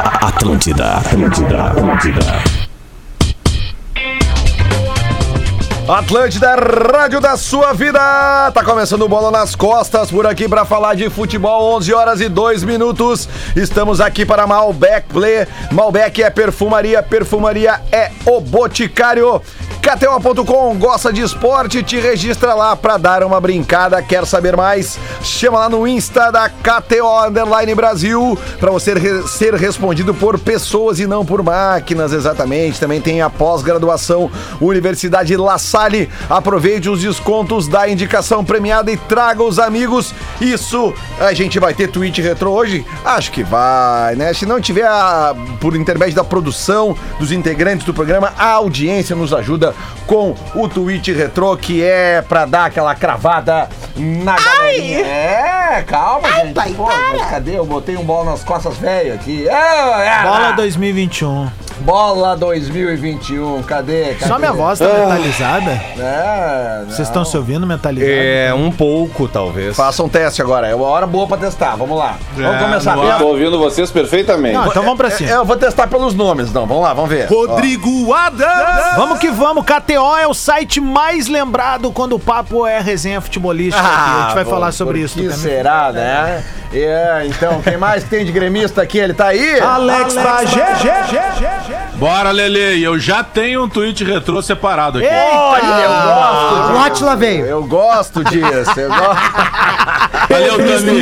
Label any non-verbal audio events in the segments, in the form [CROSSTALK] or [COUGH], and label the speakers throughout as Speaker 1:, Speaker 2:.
Speaker 1: Atlântida, Atlântida, Atlântida.
Speaker 2: Atlântida, rádio da sua vida. Tá começando o Bola nas Costas por aqui pra falar de futebol, 11 horas e 2 minutos. Estamos aqui para Malbec Play. Malbec é perfumaria, perfumaria é o boticário. KTO.com gosta de esporte, te registra lá pra dar uma brincada. Quer saber mais? Chama lá no Insta da KTO Underline Brasil pra você re- ser respondido por pessoas e não por máquinas, exatamente. Também tem a pós-graduação Universidade La Salle. Aproveite os descontos da indicação premiada e traga os amigos. Isso, a gente vai ter tweet retro hoje? Acho que vai, né? Se não tiver a- por intermédio da produção, dos integrantes do programa, a audiência nos ajuda com o tweet retro, que é pra dar aquela cravada na galerinha. É, calma, gente. Pô, mas cadê? Eu botei um bola nas costas velho aqui. Ah, é,
Speaker 3: Bola 2021.
Speaker 2: bola 2021, cadê? cadê?
Speaker 3: Só minha voz tá
Speaker 2: Ah.
Speaker 3: metalizada?
Speaker 2: É,
Speaker 3: Vocês estão se ouvindo metalizada?
Speaker 4: É, um pouco, talvez.
Speaker 2: Faça um teste agora. É uma hora boa pra testar. Vamos lá. Vamos
Speaker 4: É,
Speaker 2: começar.
Speaker 4: não
Speaker 2: Eu-
Speaker 5: Tô ouvindo vocês perfeitamente.
Speaker 6: um
Speaker 3: Não, então
Speaker 6: é,
Speaker 3: vamos pra cima.
Speaker 2: Eu, eu vou testar pelos nomes, não. Vamos lá, vamos ver.
Speaker 4: Rodrigo
Speaker 6: um
Speaker 4: Adams!
Speaker 3: Vamos que vamos, KTO é o site mais lembrado quando o papo é resenha futebolística. aqui. A
Speaker 6: Ah,
Speaker 3: gente vai
Speaker 2: bom,
Speaker 3: falar sobre
Speaker 2: Ah, por
Speaker 3: isso.
Speaker 2: Que
Speaker 3: também. É.
Speaker 2: será, né? É, então, quem mais que tem de gremista aqui? Ele tá aí?
Speaker 3: Alex Bagé.
Speaker 6: Bora, Lele, eu já tenho um tweet retrô separado aqui.
Speaker 3: tá.
Speaker 2: Olha, eu gosto
Speaker 7: O
Speaker 2: disso.
Speaker 7: Atila veio.
Speaker 2: Eu gosto disso. Eu
Speaker 3: [LAUGHS]
Speaker 2: gosto.
Speaker 6: Valeu, Tami.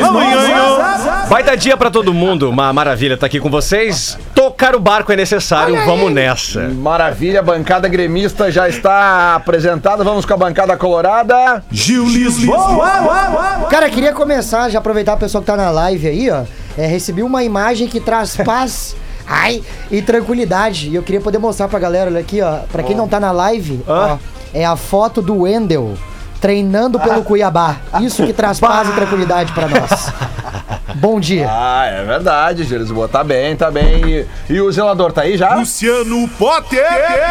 Speaker 4: Baita dia pra todo mundo, uma maravilha tá aqui com vocês. Tocar o barco é necessário, vamos
Speaker 3: É.
Speaker 4: nessa.
Speaker 2: Maravilha, a bancada gremista já está apresentada. Vamos com a bancada colorada.
Speaker 6: Gil Lisboa!
Speaker 7: Cara, queria começar, já aproveitar o pessoal que tá na live aí, ó. É, recebi uma imagem que
Speaker 5: [LAUGHS]
Speaker 7: traz paz. Ai, e tranquilidade. E eu queria poder mostrar pra galera, olha aqui, ó. Pra quem não tá na live, ó, é a foto do Wendel treinando
Speaker 5: Ah.
Speaker 7: pelo Cuiabá. Isso que traz paz e tranquilidade pra
Speaker 5: [LAUGHS]
Speaker 7: nós. Bom dia.
Speaker 2: Ah, é verdade, Gilles. Boa, tá bem, tá bem. E, e o zelador tá aí já?
Speaker 6: Luciano Potter!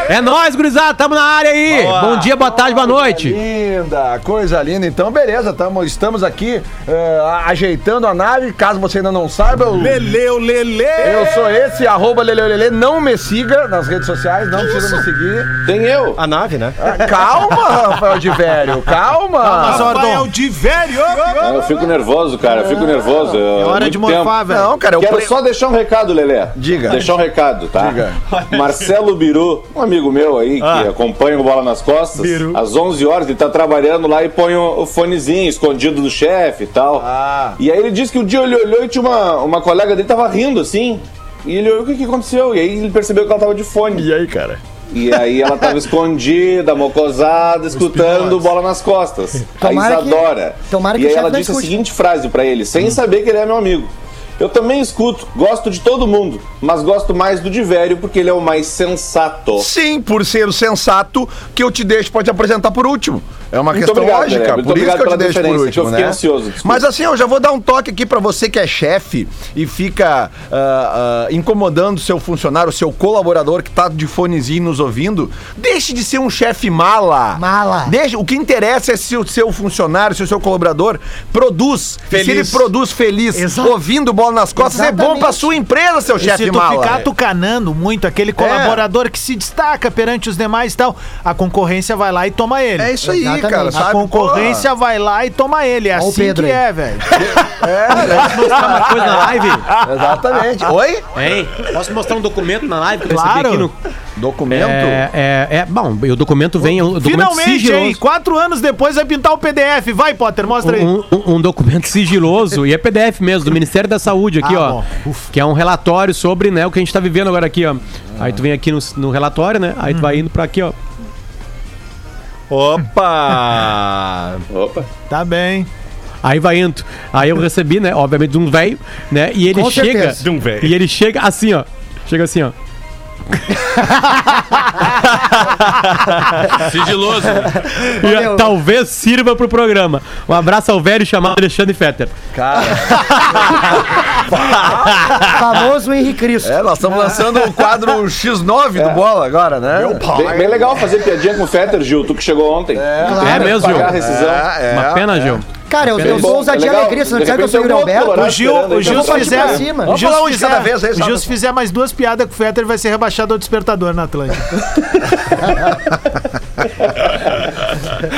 Speaker 8: É nóis, gurizada, tamo na área aí. Bom dia, boa tarde, boa noite.
Speaker 2: Linda, coisa linda. Então, beleza, tamo, estamos aqui eh, a- ajeitando a nave. Caso você ainda não saiba, eu,
Speaker 6: Leleu, Lele!
Speaker 2: eu sou esse, arroba Lelelele. Não me siga nas redes sociais, não precisa me seguir.
Speaker 5: Tem eu.
Speaker 4: A nave, né?
Speaker 2: Ah, Calma, Rafael de Velho, calma.
Speaker 6: Rafael de Velho!
Speaker 5: Eu fico nervoso, cara. Eu fico nervoso.
Speaker 3: É hora de morfar, velho.
Speaker 2: Não, cara, eu
Speaker 5: Quero
Speaker 2: pre-
Speaker 5: só deixar um recado, Lelé.
Speaker 2: Diga.
Speaker 5: Deixar um recado, tá?
Speaker 2: Diga.
Speaker 5: [LAUGHS] Marcelo Biru, um amigo meu aí,
Speaker 2: Ah.
Speaker 5: que acompanha o Bola nas Costas, às 11 horas ele tá trabalhando lá e põe o o fonezinho escondido do chefe e tal.
Speaker 2: Ah.
Speaker 5: E aí ele disse que o dia ele olhou e tinha uma, uma colega dele tava rindo assim. E ele olhou, o que, que aconteceu? E aí ele percebeu que ela tava de fone.
Speaker 2: E aí, cara?
Speaker 5: E aí ela tava escondida, mocosada, escutando bola nas costas.
Speaker 7: Tomara
Speaker 5: a
Speaker 7: que-
Speaker 5: Isadora.
Speaker 7: tomara que
Speaker 5: e
Speaker 7: o
Speaker 5: aí
Speaker 7: chefe
Speaker 5: ela
Speaker 7: não
Speaker 5: disse a
Speaker 7: escute.
Speaker 5: seguinte frase pra ele,
Speaker 6: Hum.
Speaker 5: sem saber que ele é meu amigo. Eu também escuto, gosto de todo mundo, mas gosto mais do Divério porque ele é o mais sensato.
Speaker 2: Sim, por ser o sensato que eu te deixo pra te apresentar por último. É uma questão
Speaker 5: obrigado,
Speaker 2: lógica,
Speaker 5: Lelé. Muito
Speaker 2: por isso
Speaker 5: obrigado
Speaker 2: que eu te
Speaker 5: pela
Speaker 2: deixo por
Speaker 5: deferência,
Speaker 2: último,
Speaker 5: que eu
Speaker 2: né?
Speaker 5: fiquei ansioso, desculpa.
Speaker 2: Mas assim, eu já vou dar um toque aqui pra você que é chefe e fica ah, ah, incomodando seu funcionário, seu colaborador que tá de fonezinho nos ouvindo. Deixe de ser um chefe mala.
Speaker 7: Mala.
Speaker 2: Deixe, o que interessa é se o seu funcionário, se o seu colaborador produz. E Se
Speaker 4: Feliz.
Speaker 2: ele produz feliz,
Speaker 3: Exato.
Speaker 2: ouvindo bola nas costas, é bom
Speaker 7: Exatamente.
Speaker 2: pra sua empresa, seu
Speaker 3: E se
Speaker 2: chefe É.
Speaker 3: tu
Speaker 2: mala.
Speaker 3: ficar tucanando muito aquele colaborador que se destaca perante os demais e tal, a concorrência vai lá e toma ele.
Speaker 2: É isso aí,
Speaker 7: Exatamente.
Speaker 2: cara.
Speaker 7: A
Speaker 3: a
Speaker 2: sabe?
Speaker 3: concorrência vai lá e toma ele. É
Speaker 7: Ó o
Speaker 3: assim
Speaker 7: Pedro
Speaker 3: que
Speaker 7: aí.
Speaker 3: é,
Speaker 2: [LAUGHS]
Speaker 3: velho.
Speaker 2: É,
Speaker 8: Posso mostrar uma coisa na
Speaker 3: [LAUGHS]
Speaker 8: live?
Speaker 2: Pô, Exatamente. Ah, Oi?
Speaker 8: Hein? Posso mostrar um documento na live que eu
Speaker 3: Claro.
Speaker 8: recebi aqui no...
Speaker 2: Documento?
Speaker 8: É, é, é, bom, e o documento vem... O documento
Speaker 3: Finalmente,
Speaker 8: sigiloso.
Speaker 3: hein? Quatro anos depois vai pintar o PDF. Vai, Potter, mostra aí.
Speaker 8: Um, um- um documento [LAUGHS] sigiloso, e é PDF mesmo, do Ministério da Saúde aqui,
Speaker 3: Ah,
Speaker 8: ó.
Speaker 3: bom.
Speaker 8: Que é um relatório sobre né, o que a gente tá vivendo agora aqui, ó. Aí tu vem aqui no, no relatório, né? Aí tu
Speaker 3: Uhum.
Speaker 8: vai indo pra aqui, ó.
Speaker 4: Opa!
Speaker 5: Opa.
Speaker 8: um.
Speaker 3: Tá bem.
Speaker 8: Aí vai indo. Aí eu recebi, né? Obviamente, de um velho, né? E ele
Speaker 7: Com
Speaker 8: chega.
Speaker 7: certeza.
Speaker 4: De um velho.
Speaker 8: E ele chega assim, ó. Chega assim, ó.
Speaker 6: Sigiloso!
Speaker 8: E, ó, talvez sirva pro programa. Um abraço ao velho chamado Alexandre Fetter.
Speaker 5: Ah.
Speaker 7: Famoso Henrique Cristo.
Speaker 2: É, nós estamos lançando o quadro X9
Speaker 3: É.
Speaker 2: do Bola agora, né? Meu pau.
Speaker 5: Bem, bem
Speaker 6: é.
Speaker 5: legal fazer piadinha com o Fetter, Gil, tu que chegou ontem.
Speaker 8: é mesmo, Gil?
Speaker 5: Pagar a rescisão.
Speaker 8: Uma pena, Gil.
Speaker 7: Cara, eu, eu
Speaker 8: Apenas-
Speaker 7: sou ousadia e
Speaker 5: É Legal.
Speaker 7: alegria, você não
Speaker 5: De
Speaker 7: disser que eu
Speaker 5: repente
Speaker 7: sou
Speaker 5: tem
Speaker 7: Yuri
Speaker 5: um outro
Speaker 7: Alberto?
Speaker 5: colorado.
Speaker 7: Não,
Speaker 3: O
Speaker 5: Tá
Speaker 3: Gil,
Speaker 5: esperando
Speaker 3: o
Speaker 7: então
Speaker 5: aí,
Speaker 3: Gil se
Speaker 7: vamos
Speaker 3: fizer,
Speaker 7: pra cima.
Speaker 3: o
Speaker 7: Vamos
Speaker 3: Gil
Speaker 2: falar um
Speaker 3: se
Speaker 2: de cada
Speaker 3: fizer,
Speaker 2: vez, é isso,
Speaker 3: o Gil
Speaker 2: Rafa?
Speaker 3: se fizer mais duas piadas com o Fetter, vai ser rebaixado ao despertador na Atlântica.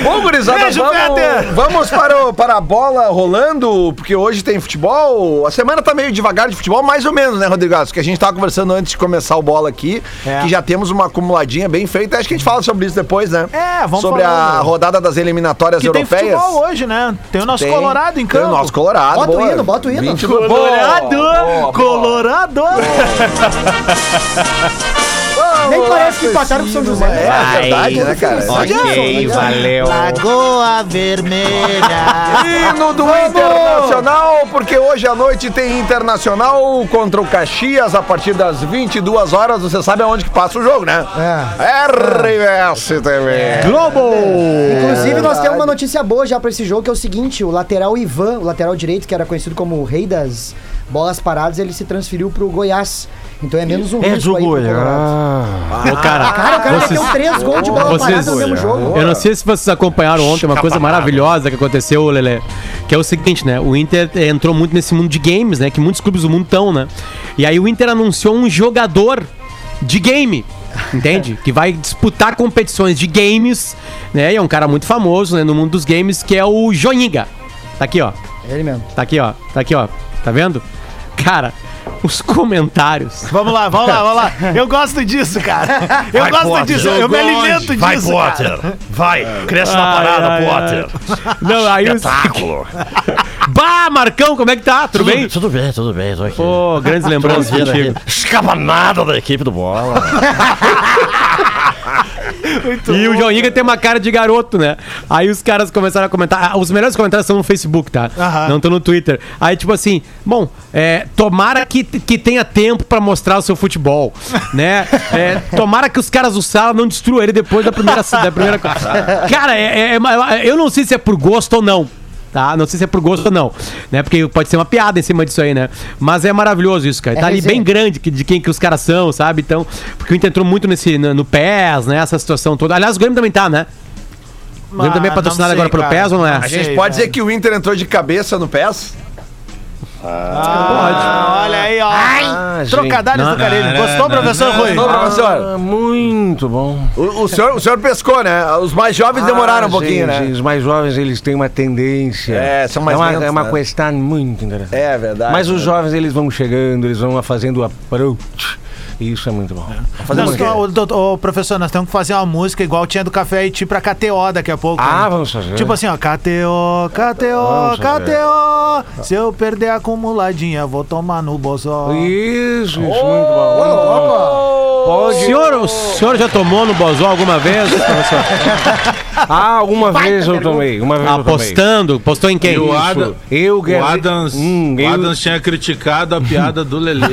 Speaker 2: Bom, gurizada,
Speaker 3: Beijo, Peter!
Speaker 2: vamos, vamos para, o- para a bola rolando, porque hoje tem futebol. A semana tá meio devagar de futebol, mais ou menos, né, Rodrigo? Acho que a gente tava conversando antes de começar o bola aqui,
Speaker 3: É.
Speaker 2: que já temos uma acumuladinha bem feita. Acho que a gente fala sobre isso depois, né?
Speaker 3: É, vamos
Speaker 2: Sobre a
Speaker 3: falando.
Speaker 2: rodada das eliminatórias
Speaker 3: Que tem
Speaker 2: europeias.
Speaker 3: futebol hoje, né? Tem o nosso
Speaker 2: Tem-
Speaker 3: Colorado em
Speaker 2: tem o
Speaker 3: campo.
Speaker 2: nosso Colorado.
Speaker 7: Bota o
Speaker 2: boa.
Speaker 7: hino, bota o hino.
Speaker 2: 20 do-
Speaker 3: Colorado!
Speaker 2: Boa, boa, boa.
Speaker 3: Colorado!
Speaker 5: né?
Speaker 7: Nem parece que empataram com o São José.
Speaker 2: É verdade, né, cara?
Speaker 4: Ok, valeu.
Speaker 3: Lagoa Vermelha.
Speaker 2: Hino do Internacional, porque hoje à noite tem Internacional contra o Caxias a partir das 22 horas. Você sabe aonde que passa o jogo, né? É. RS TV.
Speaker 7: Inclusive, nós temos uma notícia boa já pra esse jogo, que é o seguinte: o lateral Ivan, o lateral direito, que era conhecido como o rei das bolas paradas, ele se transferiu pro Goiás. Então é menos um risco aí pro Colorado.
Speaker 8: Ô, cara,
Speaker 7: Ah, Cara, o cara
Speaker 8: vocês-
Speaker 7: meteu três gols de bola
Speaker 8: vocês-
Speaker 7: parada no mesmo jogo.
Speaker 8: Eu não sei se vocês acompanharam ontem uma coisa maravilhosa que aconteceu, Lelê. Que é o seguinte, né? O Inter eh, entrou muito nesse mundo de games, né? Que muitos clubes do mundo estão, né? E aí o Inter anunciou um jogador de game. Entende? Que vai disputar competições de games, né? E é um cara muito famoso né, no mundo dos games, que é o Joinga. Tá aqui, ó.
Speaker 7: Ele mesmo.
Speaker 8: Tá aqui, ó. Tá aqui, ó. Tá vendo? Cara, os comentários.
Speaker 3: [LAUGHS] Vamos lá, vamos lá, vamos lá. Eu gosto disso, cara. Eu gosto disso, eu me alimento disso. cara.
Speaker 1: Vai, cresce na
Speaker 8: Ai,
Speaker 1: parada,
Speaker 8: ai, ai.
Speaker 1: Potter.
Speaker 8: Não, aí
Speaker 2: é,
Speaker 8: os...
Speaker 2: tá.
Speaker 1: Espetáculo.
Speaker 8: Bah, Marcão, como é que tá? Tudo bem?
Speaker 1: Tudo bem, tudo bem, tô aqui.
Speaker 8: Pô, grandes lembranças
Speaker 1: Prazer
Speaker 8: contigo.
Speaker 1: aqui. Escabanada da equipe do bola.
Speaker 8: E o Joinha tem uma cara de garoto, né? Aí os caras começaram a comentar. Ah, Os melhores comentários são no Facebook, tá?
Speaker 3: Aham.
Speaker 8: Não estão no Twitter. Aí, tipo assim, bom, é, tomara que, que tenha tempo pra mostrar o seu futebol, né? É, tomara que os caras do Sala não destruam ele depois da primeira. Da primeira... co- Cara, é- é- é- eu não sei se é por gosto ou não. Tá? Não sei se é por gosto ou não, né? Porque pode ser uma piada em cima disso aí, né? Mas é maravilhoso isso, cara.
Speaker 7: É
Speaker 8: tá ali
Speaker 7: resenha.
Speaker 8: bem grande que- de quem que os caras são, sabe? Então, porque o Inter entrou muito nesse, no, no PES, né? Essa situação toda. Aliás, o Grêmio também tá, né? O Grêmio
Speaker 3: Ah,
Speaker 8: também é patrocinado
Speaker 3: não sei,
Speaker 8: agora pelo
Speaker 3: cara.
Speaker 8: PES ou não é?
Speaker 3: A
Speaker 2: né? A gente
Speaker 3: Sei,
Speaker 2: pode
Speaker 3: velho.
Speaker 2: dizer que o Inter entrou de cabeça no PES?
Speaker 3: Ah, olha aí, ó. Trocadalhos
Speaker 8: Não,
Speaker 3: do Carilho. Gostou, professor Rui?
Speaker 2: Não, professor?
Speaker 9: Ah, Muito bom. Ah,
Speaker 2: O, o senhor, o senhor pescou, né? Os mais
Speaker 8: Ah,
Speaker 2: jovens demoraram um pouquinho, né?
Speaker 9: Os mais jovens, eles têm uma tendência.
Speaker 2: É, são mais
Speaker 9: É uma,
Speaker 2: lentos,
Speaker 9: é uma
Speaker 2: né?
Speaker 9: questão muito interessante.
Speaker 2: É verdade.
Speaker 9: Mas os jovens, eles vão chegando, eles vão fazendo o approach. E isso é muito bom.
Speaker 3: Nós temos- ô, doutor- ô, professor, nós temos que fazer uma música igual tinha do Café Haiti pra KTO daqui a pouco.
Speaker 9: Ah,
Speaker 3: né?
Speaker 9: vamos fazer.
Speaker 3: Tipo assim, ó, KTO, KTO,
Speaker 9: Vamos
Speaker 3: KTO. Se eu perder a acumuladinha, vou tomar no bolso.
Speaker 9: Isso, isso, muito bom. muito bom.
Speaker 8: O senhor, o senhor já tomou no Bozó alguma
Speaker 9: [LAUGHS]
Speaker 8: vez? professor?
Speaker 9: Ah, uma vez eu tomei. Uma vez
Speaker 8: Apostando? Apostou em quem?
Speaker 6: E o
Speaker 8: Isso.
Speaker 6: Adam-
Speaker 9: eu tomei. Eu
Speaker 6: O
Speaker 9: ganhei-
Speaker 6: Adams,
Speaker 9: Hum,
Speaker 6: o
Speaker 9: eu-
Speaker 6: Adams tinha criticado a piada do Lelê.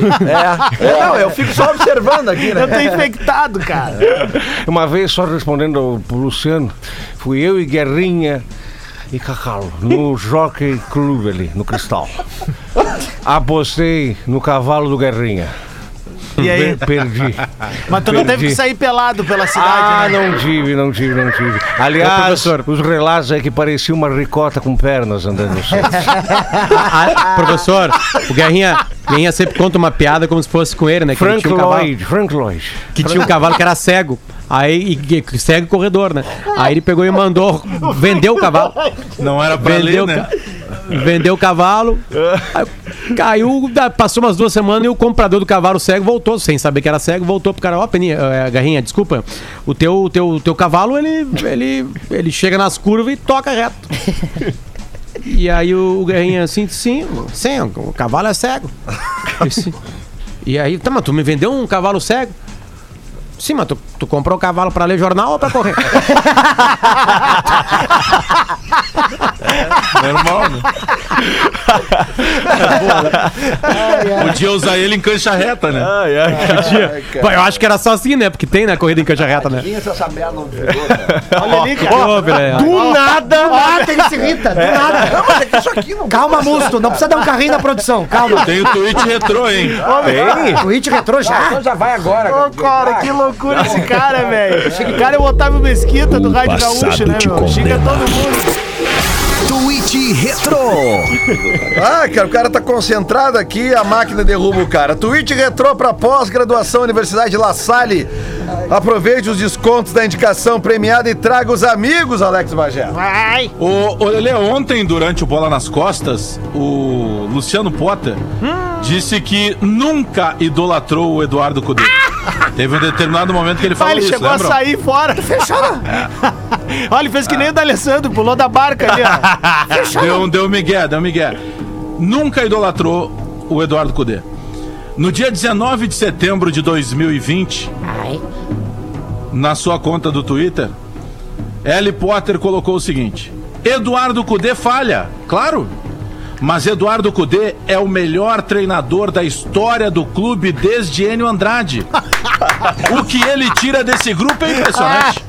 Speaker 2: É. É, não, eu fico só observando aqui,
Speaker 3: Eu tô
Speaker 2: né?
Speaker 3: infectado, cara.
Speaker 9: Uma vez, só respondendo ao- pro Luciano, fui eu e Guerrinha e Cacau no Jockey Club ali, no Cristal. Apostei no cavalo do Guerrinha.
Speaker 3: E
Speaker 9: [LAUGHS]
Speaker 3: aí?
Speaker 9: Per-
Speaker 10: [LAUGHS]
Speaker 9: Perdi.
Speaker 3: Mas tu não teve
Speaker 9: Perdi.
Speaker 3: que sair pelado pela
Speaker 9: Ah,
Speaker 3: cidade, né?
Speaker 9: não tive, não tive, não tive.
Speaker 10: É,
Speaker 8: Ô,
Speaker 9: Aliás,
Speaker 8: professor.
Speaker 9: os relatos é que parecia uma ricota com pernas andando.
Speaker 10: [LAUGHS] É,
Speaker 9: assim.
Speaker 8: Ah, professor, o Guerrinha, Guerrinha sempre conta uma piada como se fosse com ele, né? Que ele
Speaker 9: Frank
Speaker 8: tinha um cavalo-
Speaker 9: Lloyd, Frank Lloyd.
Speaker 8: que tinha um cavalo que era cego. Aí, e, e- cego corredor, né? Aí ele pegou e mandou, vendeu o cavalo.
Speaker 6: Não era pra
Speaker 8: Vendeu,
Speaker 6: ler,
Speaker 8: o
Speaker 6: né? É.
Speaker 8: ca- vendeu o cavalo. Aí caiu, da- passou umas duas semanas e o comprador do cavalo cego voltou, sem saber que era cego, voltou pro cara, ó, Peninha, eh, Garrinha, desculpa. O teu, o teu, o teu cavalo, ele, ele, ele chega nas curvas e toca reto. E aí o, o Guerrinha assim, sim, sim, o cavalo é cego. Eu disse, E aí, tá, mas tu me vendeu um cavalo cego? Sim, mas tu, tu comprou o cavalo pra ler jornal ou pra
Speaker 6: [LAUGHS]
Speaker 8: correr?
Speaker 3: [LAUGHS]
Speaker 6: Normal, né? Podia usar ele em cancha reta, né?
Speaker 8: Pô, eu acho que era só assim, né? Porque tem na corrida em cancha reta, né?
Speaker 3: Olha ali, cara.
Speaker 8: Ô, Vilela.
Speaker 7: Ah, tem que se irrita, do [LAUGHS] nada. Calma, Musto, não precisa dar um carrinho na produção,
Speaker 6: [LAUGHS]
Speaker 7: calma.
Speaker 6: Tem o tweet retrô, hein?
Speaker 7: O hit retrô já.
Speaker 3: Ô, cara, que loucura esse cara, velho. O cara é o Otávio Mesquita do
Speaker 1: O
Speaker 3: Rádio
Speaker 1: passado
Speaker 3: Gaúcho, né,
Speaker 1: te
Speaker 3: meu? Xinga
Speaker 1: condena.
Speaker 3: todo mundo.
Speaker 11: Tweet Retro.
Speaker 2: Ah, cara, o cara tá concentrado aqui, a máquina derruba o cara. Twitch Retro para pós-graduação Universidade La Salle. Aproveite os descontos da indicação premiada e traga os amigos, Alex Bagé.
Speaker 3: Ai!
Speaker 6: Ô, ô, Lelê, ontem, durante o Bola nas Costas, o Luciano Potter disse que nunca idolatrou o Eduardo Cudê. Teve um determinado momento que ele
Speaker 3: Pai,
Speaker 6: falou
Speaker 3: ele
Speaker 6: isso,
Speaker 3: chegou
Speaker 6: lembram?
Speaker 3: a sair fora. Fechada. [LAUGHS] Olha, ele fez que nem o D'Alessandro, pulou da barca ali, ó.
Speaker 6: Deu, um- deu um migué, deu um migué. Nunca idolatrou o Eduardo Cudê. No dia 19 de setembro de 2020, na sua conta do Twitter, L. Potter colocou o seguinte: Eduardo Cudê falha, claro. Mas Eduardo Cudê é o melhor treinador da história do clube desde Enio Andrade. O que ele tira desse grupo é impressionante.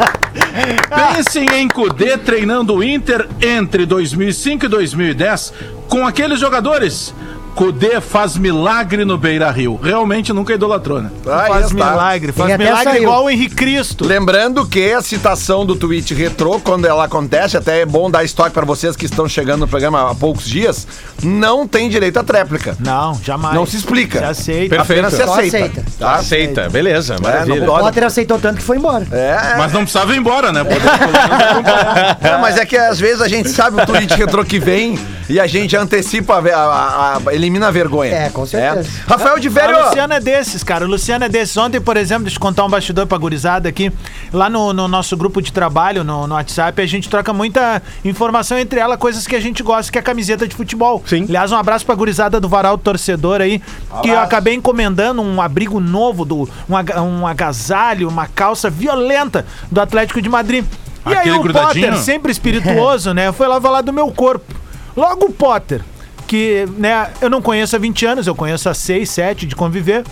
Speaker 6: Pensem em Cudê treinando o Inter entre 2005 e 2010 com aqueles jogadores. Cudê faz milagre no Beira Rio. Realmente nunca idolatrou, né?
Speaker 2: Ah,
Speaker 3: Faz
Speaker 2: está.
Speaker 3: milagre, faz
Speaker 7: Ele até
Speaker 3: milagre
Speaker 7: saiu.
Speaker 3: igual o Henrique Cristo.
Speaker 2: Lembrando que a citação do tweet retrô, quando ela acontece, até é bom dar estoque para vocês que estão chegando no programa há poucos dias, não tem direito à tréplica.
Speaker 3: Não, jamais.
Speaker 2: Não se explica.
Speaker 3: Se aceita.
Speaker 2: Perfeito. Apenas se
Speaker 7: Só
Speaker 2: aceita.
Speaker 7: aceita.
Speaker 2: Tá?
Speaker 4: Aceita, beleza,
Speaker 2: É, não
Speaker 4: maravilha.
Speaker 7: O
Speaker 2: pode.
Speaker 7: Potter aceitou tanto que foi embora.
Speaker 2: É,
Speaker 6: Mas não precisava ir embora, né? Poderia pelo menos acompanhar.
Speaker 2: É, mas é que às vezes a gente sabe o tweet retrô que vem e a gente antecipa, a, ve- a- a- a- elimina a vergonha.
Speaker 7: É, com certeza.
Speaker 2: É. Rafael de Velho,
Speaker 3: O Luciano é desses, cara. O Luciano é desses. Ontem, por exemplo, deixa eu contar um bastidor pra gurizada aqui. Lá no, no nosso grupo de trabalho, no, no WhatsApp, a gente troca muita informação entre ela, coisas que a gente gosta, que é camiseta de futebol. Sim. Aliás, um abraço pra gurizada do Varal Torcedor aí, que eu acabei encomendando um abrigo novo, do, um, aga- um agasalho, uma calça violenta do Atlético de Madrid. E
Speaker 6: Aquele
Speaker 3: aí o
Speaker 6: grudadinho?
Speaker 3: Potter, sempre espirituoso, né? Foi lá falar do meu corpo. Logo o Potter, que, né, eu não conheço há 20 anos, eu conheço há 6, 7 de conviver.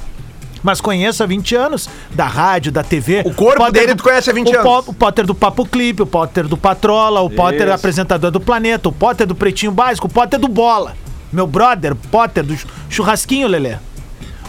Speaker 3: Mas conheço há 20 anos, da rádio, da TV.
Speaker 2: O corpo
Speaker 3: Potter
Speaker 2: dele tu conhece há 20
Speaker 3: o
Speaker 2: anos.
Speaker 3: Po- o Potter do Papo Clipe, o Potter do Patrola, o Potter apresentador do Planeta, o Potter do Pretinho Básico, o Potter do Bola. Meu brother, Potter do chu- churrasquinho, Lelê.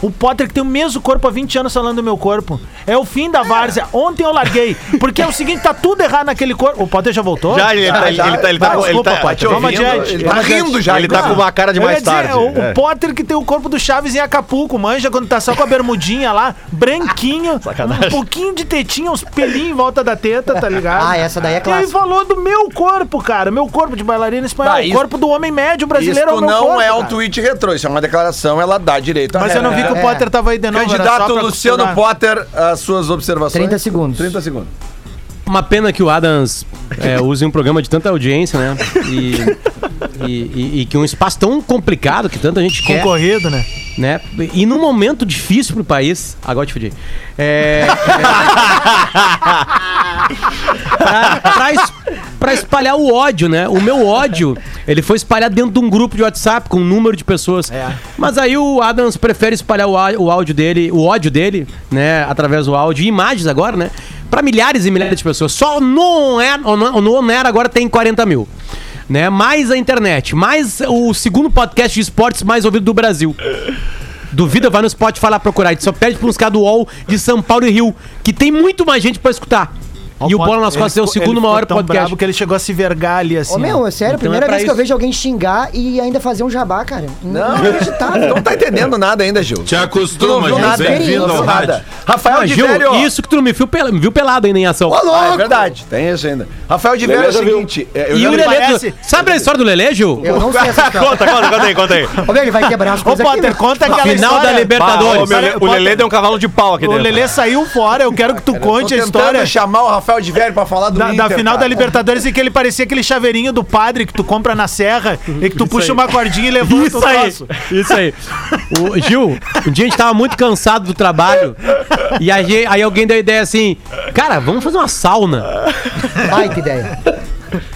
Speaker 3: O Potter que tem o mesmo corpo há 20 anos falando do meu corpo. É o fim da várzea. Ontem eu larguei. Porque é o seguinte, tá tudo errado naquele corpo. O Potter já voltou?
Speaker 4: Já, ele tá- ele tá- ele tá- ele tá-
Speaker 3: Ah, Desculpa,
Speaker 4: ele tá-
Speaker 3: Potter.
Speaker 4: tá te
Speaker 3: Vamos
Speaker 4: ouvindo,
Speaker 3: adiante.
Speaker 2: ele tá
Speaker 3: Vamos adiante.
Speaker 2: rindo já.
Speaker 4: Ele tá com uma cara de
Speaker 3: Eu ia
Speaker 4: mais
Speaker 3: dizer,
Speaker 4: tarde.
Speaker 3: O, o
Speaker 4: é.
Speaker 3: Potter que tem o corpo do Chaves em Acapulco, manja, quando tá só com a bermudinha lá,
Speaker 4: [LAUGHS]
Speaker 3: branquinho, um pouquinho de tetinha, uns pelinhos em volta da teta, tá ligado?
Speaker 7: Ah, essa daí é
Speaker 3: Ele
Speaker 7: clássica.
Speaker 3: falou do meu corpo, cara, meu corpo de bailarina espanhola,
Speaker 2: Bah,
Speaker 3: o
Speaker 2: isso-
Speaker 3: corpo do homem médio brasileiro é
Speaker 2: Isto
Speaker 3: o meu
Speaker 2: não
Speaker 3: corpo,
Speaker 2: é um
Speaker 3: cara.
Speaker 2: tweet retrô, isso é uma declaração, ela dá direito. à
Speaker 3: Mas eu
Speaker 2: regra.
Speaker 3: não vi que o
Speaker 7: É.
Speaker 3: Potter tava aí de novo. era só
Speaker 2: Candidato
Speaker 3: pra
Speaker 2: Luciano
Speaker 3: costurar.
Speaker 2: Potter, as suas observações.
Speaker 7: 30 segundos.
Speaker 2: 30 segundos.
Speaker 8: Uma pena que o Adams é, use um programa de tanta audiência, né? E, e- e- e que um espaço tão complicado que tanta gente quer,
Speaker 3: Concorrido, né?
Speaker 8: né? E num momento difícil pro país. Agora eu te fudi. É, é, [LAUGHS] pra, pra es- pra espalhar o ódio, né? O meu ódio, ele foi espalhado dentro de um grupo de WhatsApp com um número de pessoas. Mas aí o Adams prefere espalhar o, á- o áudio dele, o ódio dele, né? Através do áudio e imagens agora, né? Pra milhares e milhares de pessoas. Só no On Air, no, no On Air agora tem 40 mil. Né? Mais a internet, mais o segundo podcast de esportes mais ouvido do Brasil. Duvida, vai no Spotify lá procurar. A gente só pede pra uns caras do UOL de São Paulo e Rio, que tem muito mais gente pra escutar. e o Bola nas Costas é o segundo maior podcast.
Speaker 3: porque ele chegou a se vergar ali assim.
Speaker 7: Ô, meu, é sério,
Speaker 8: Então
Speaker 7: primeira
Speaker 8: é pra
Speaker 7: vez que eu
Speaker 8: isso.
Speaker 7: vejo alguém xingar e ainda fazer um jabá, cara.
Speaker 2: Não,
Speaker 7: Inacreditável.
Speaker 2: não tá entendendo nada ainda, Gil.
Speaker 6: Te
Speaker 2: Tu
Speaker 6: acostuma,
Speaker 2: não viu
Speaker 6: gente.
Speaker 2: nada,
Speaker 6: Bem-vindo
Speaker 2: não
Speaker 6: ao
Speaker 2: viu
Speaker 6: rádio.
Speaker 2: nada. Rafael
Speaker 8: Ah,
Speaker 2: de
Speaker 8: Gil,
Speaker 2: Velho.
Speaker 8: isso que tu não me viu, pel- me viu pelado né, ainda em ação.
Speaker 2: Ô, louco. Ah, é verdade, tem isso ainda. Rafael de
Speaker 5: Lelê
Speaker 2: Velho é o
Speaker 5: já viu.
Speaker 2: seguinte. é, eu
Speaker 8: e
Speaker 2: já
Speaker 8: o
Speaker 2: vi-
Speaker 8: Lelê,
Speaker 3: parece-
Speaker 8: tu- sabe a história do Lelê, Gil?
Speaker 7: Eu não sei essa história.
Speaker 4: Conta, conta, conta aí, conta
Speaker 6: Então,
Speaker 4: aí.
Speaker 7: Ô, meu, ele vai quebrar as
Speaker 3: Ô,
Speaker 7: coisas aqui, né?
Speaker 3: Potter,
Speaker 7: meu.
Speaker 3: conta aquela
Speaker 8: Final da
Speaker 3: história.
Speaker 4: Bah,
Speaker 8: Libertadores.
Speaker 4: ô, meu,
Speaker 3: Olha,
Speaker 4: o
Speaker 3: bota-
Speaker 4: Lelê deu um cavalo de pau aqui
Speaker 3: O
Speaker 4: dentro.
Speaker 3: Lelê saiu fora, eu quero que tu
Speaker 2: Tô
Speaker 3: conte a
Speaker 8: um
Speaker 2: tentando
Speaker 3: história.
Speaker 2: chamar o Rafael de Velho pra falar do
Speaker 3: Da, da
Speaker 2: Inter,
Speaker 3: final
Speaker 2: cara.
Speaker 3: da Libertadores e que ele parecia aquele chaveirinho do padre que tu compra na serra e que tu puxa uma cordinha e levanta
Speaker 8: Isso
Speaker 3: o
Speaker 8: aí,
Speaker 3: troço.
Speaker 8: isso aí. O, Gil, um dia a gente tava muito cansado do trabalho e a gente- aí alguém deu a ideia assim, cara, vamos fazer uma sauna.
Speaker 7: Baita ideia.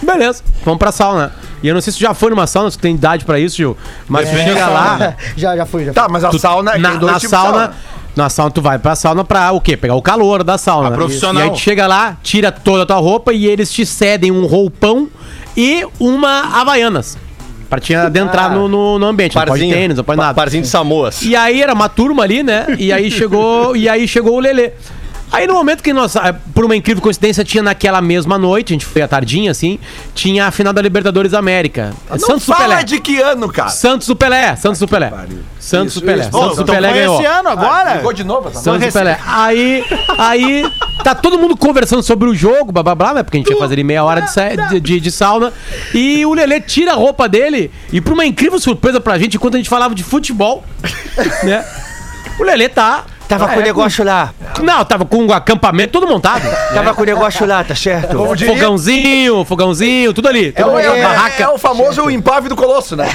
Speaker 8: Beleza, vamos pra sauna. E eu não sei se tu já foi numa sauna, se tu tem idade pra isso, Gil, mas tu chega lá,
Speaker 7: [LAUGHS] já, já fui, já fui.
Speaker 2: Tá, mas a sauna.
Speaker 8: na,
Speaker 2: tem dois
Speaker 8: na
Speaker 2: tipos de
Speaker 8: sauna. Na sauna, tu vai pra sauna pra o quê? Pegar o calor da sauna.
Speaker 6: A profissional.
Speaker 8: E, aí tu chega lá, tira toda a tua roupa e eles te cedem um roupão e uma Havaianas. Pra te adentrar no, no, no ambiente. Não pode tênis, não pode
Speaker 4: Ah. Pa-
Speaker 8: nada.
Speaker 4: Parzinho de Samoas. [LAUGHS]
Speaker 8: E aí era uma turma ali, né? E aí chegou, e aí chegou o Lelê. Aí no momento que nós, ah, por uma incrível coincidência, tinha naquela mesma noite, a gente foi à tardinha assim, tinha a final da Libertadores da América. É
Speaker 2: Não
Speaker 8: Santos do
Speaker 2: fala
Speaker 8: Pelé.
Speaker 2: de que ano, cara.
Speaker 8: Santos do Pelé, Santos do Pelé. Santos do
Speaker 2: Isso,
Speaker 8: Pelé.
Speaker 2: isso.
Speaker 8: Santos do
Speaker 3: então
Speaker 8: Pelé
Speaker 3: foi
Speaker 8: ganhou.
Speaker 3: esse ano agora?
Speaker 2: Ligou de novo essa
Speaker 8: Santos
Speaker 3: Foi
Speaker 8: do Pelé. Aí, aí, tá todo mundo conversando sobre o jogo, blá blá blá, né? Porque a gente ia fazer ali meia hora de, sa- de, de- de sauna. E o Lelê tira a roupa dele, e por uma incrível surpresa pra gente, enquanto a gente falava de
Speaker 2: [LAUGHS]
Speaker 8: futebol, né? O Lelê tá.
Speaker 10: Tava com o negócio lá.
Speaker 8: Não, tava com o acampamento todo montado.
Speaker 10: Tava com o negócio lá, tá certo?
Speaker 2: Como diria-
Speaker 8: Fogãozinho, fogãozinho, tudo ali.
Speaker 2: É
Speaker 8: tudo
Speaker 2: o,
Speaker 8: ali,
Speaker 2: é,
Speaker 8: uma barraca.
Speaker 2: é o famoso impávido colosso, né?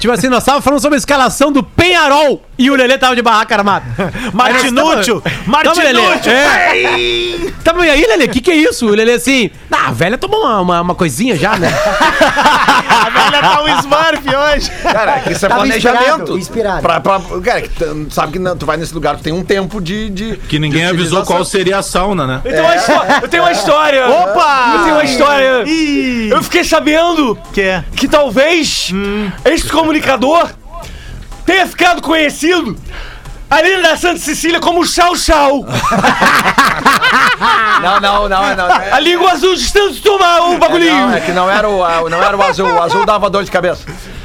Speaker 8: Tipo assim, nós tava falando sobre a escalação do Penharol e o Lelê tava de barraca
Speaker 2: [LAUGHS]
Speaker 8: armada.
Speaker 3: Martinútil!
Speaker 8: Tamo, Lelê.
Speaker 3: Martinútil!
Speaker 8: É. Tamo, e aí, Lelê? O que, que é isso? O Lelê assim. Ah, a velha tomou uma, uma, uma coisinha já,
Speaker 2: [LAUGHS]
Speaker 8: né?
Speaker 3: A velha tá um Smurf hoje!
Speaker 2: Cara, que isso é
Speaker 7: Tava inspirado,
Speaker 2: planejamento.
Speaker 7: inspirado.
Speaker 2: Pra- pra- cara, que tu sabe que não- tu vai nesse lugar, tu tem um tempo de. de
Speaker 6: Que ninguém
Speaker 2: de
Speaker 6: avisou qual
Speaker 2: utilização.
Speaker 6: seria a sauna, né?
Speaker 4: Eu tenho uma histó- eu tenho uma história.
Speaker 3: É. Opa!
Speaker 4: Eu tenho uma história.
Speaker 3: Ih!
Speaker 4: Eu fiquei sabendo
Speaker 3: Que Hum. é?
Speaker 4: que talvez este comunicador tenha ficado conhecido ali na Santa Cecília como Chau Chau.
Speaker 2: Não, não, não, não. não.
Speaker 4: A língua azul de tanto tomar o bagulhinho.
Speaker 2: Não, é que não era o, a- não era o azul. O azul dava dor de cabeça.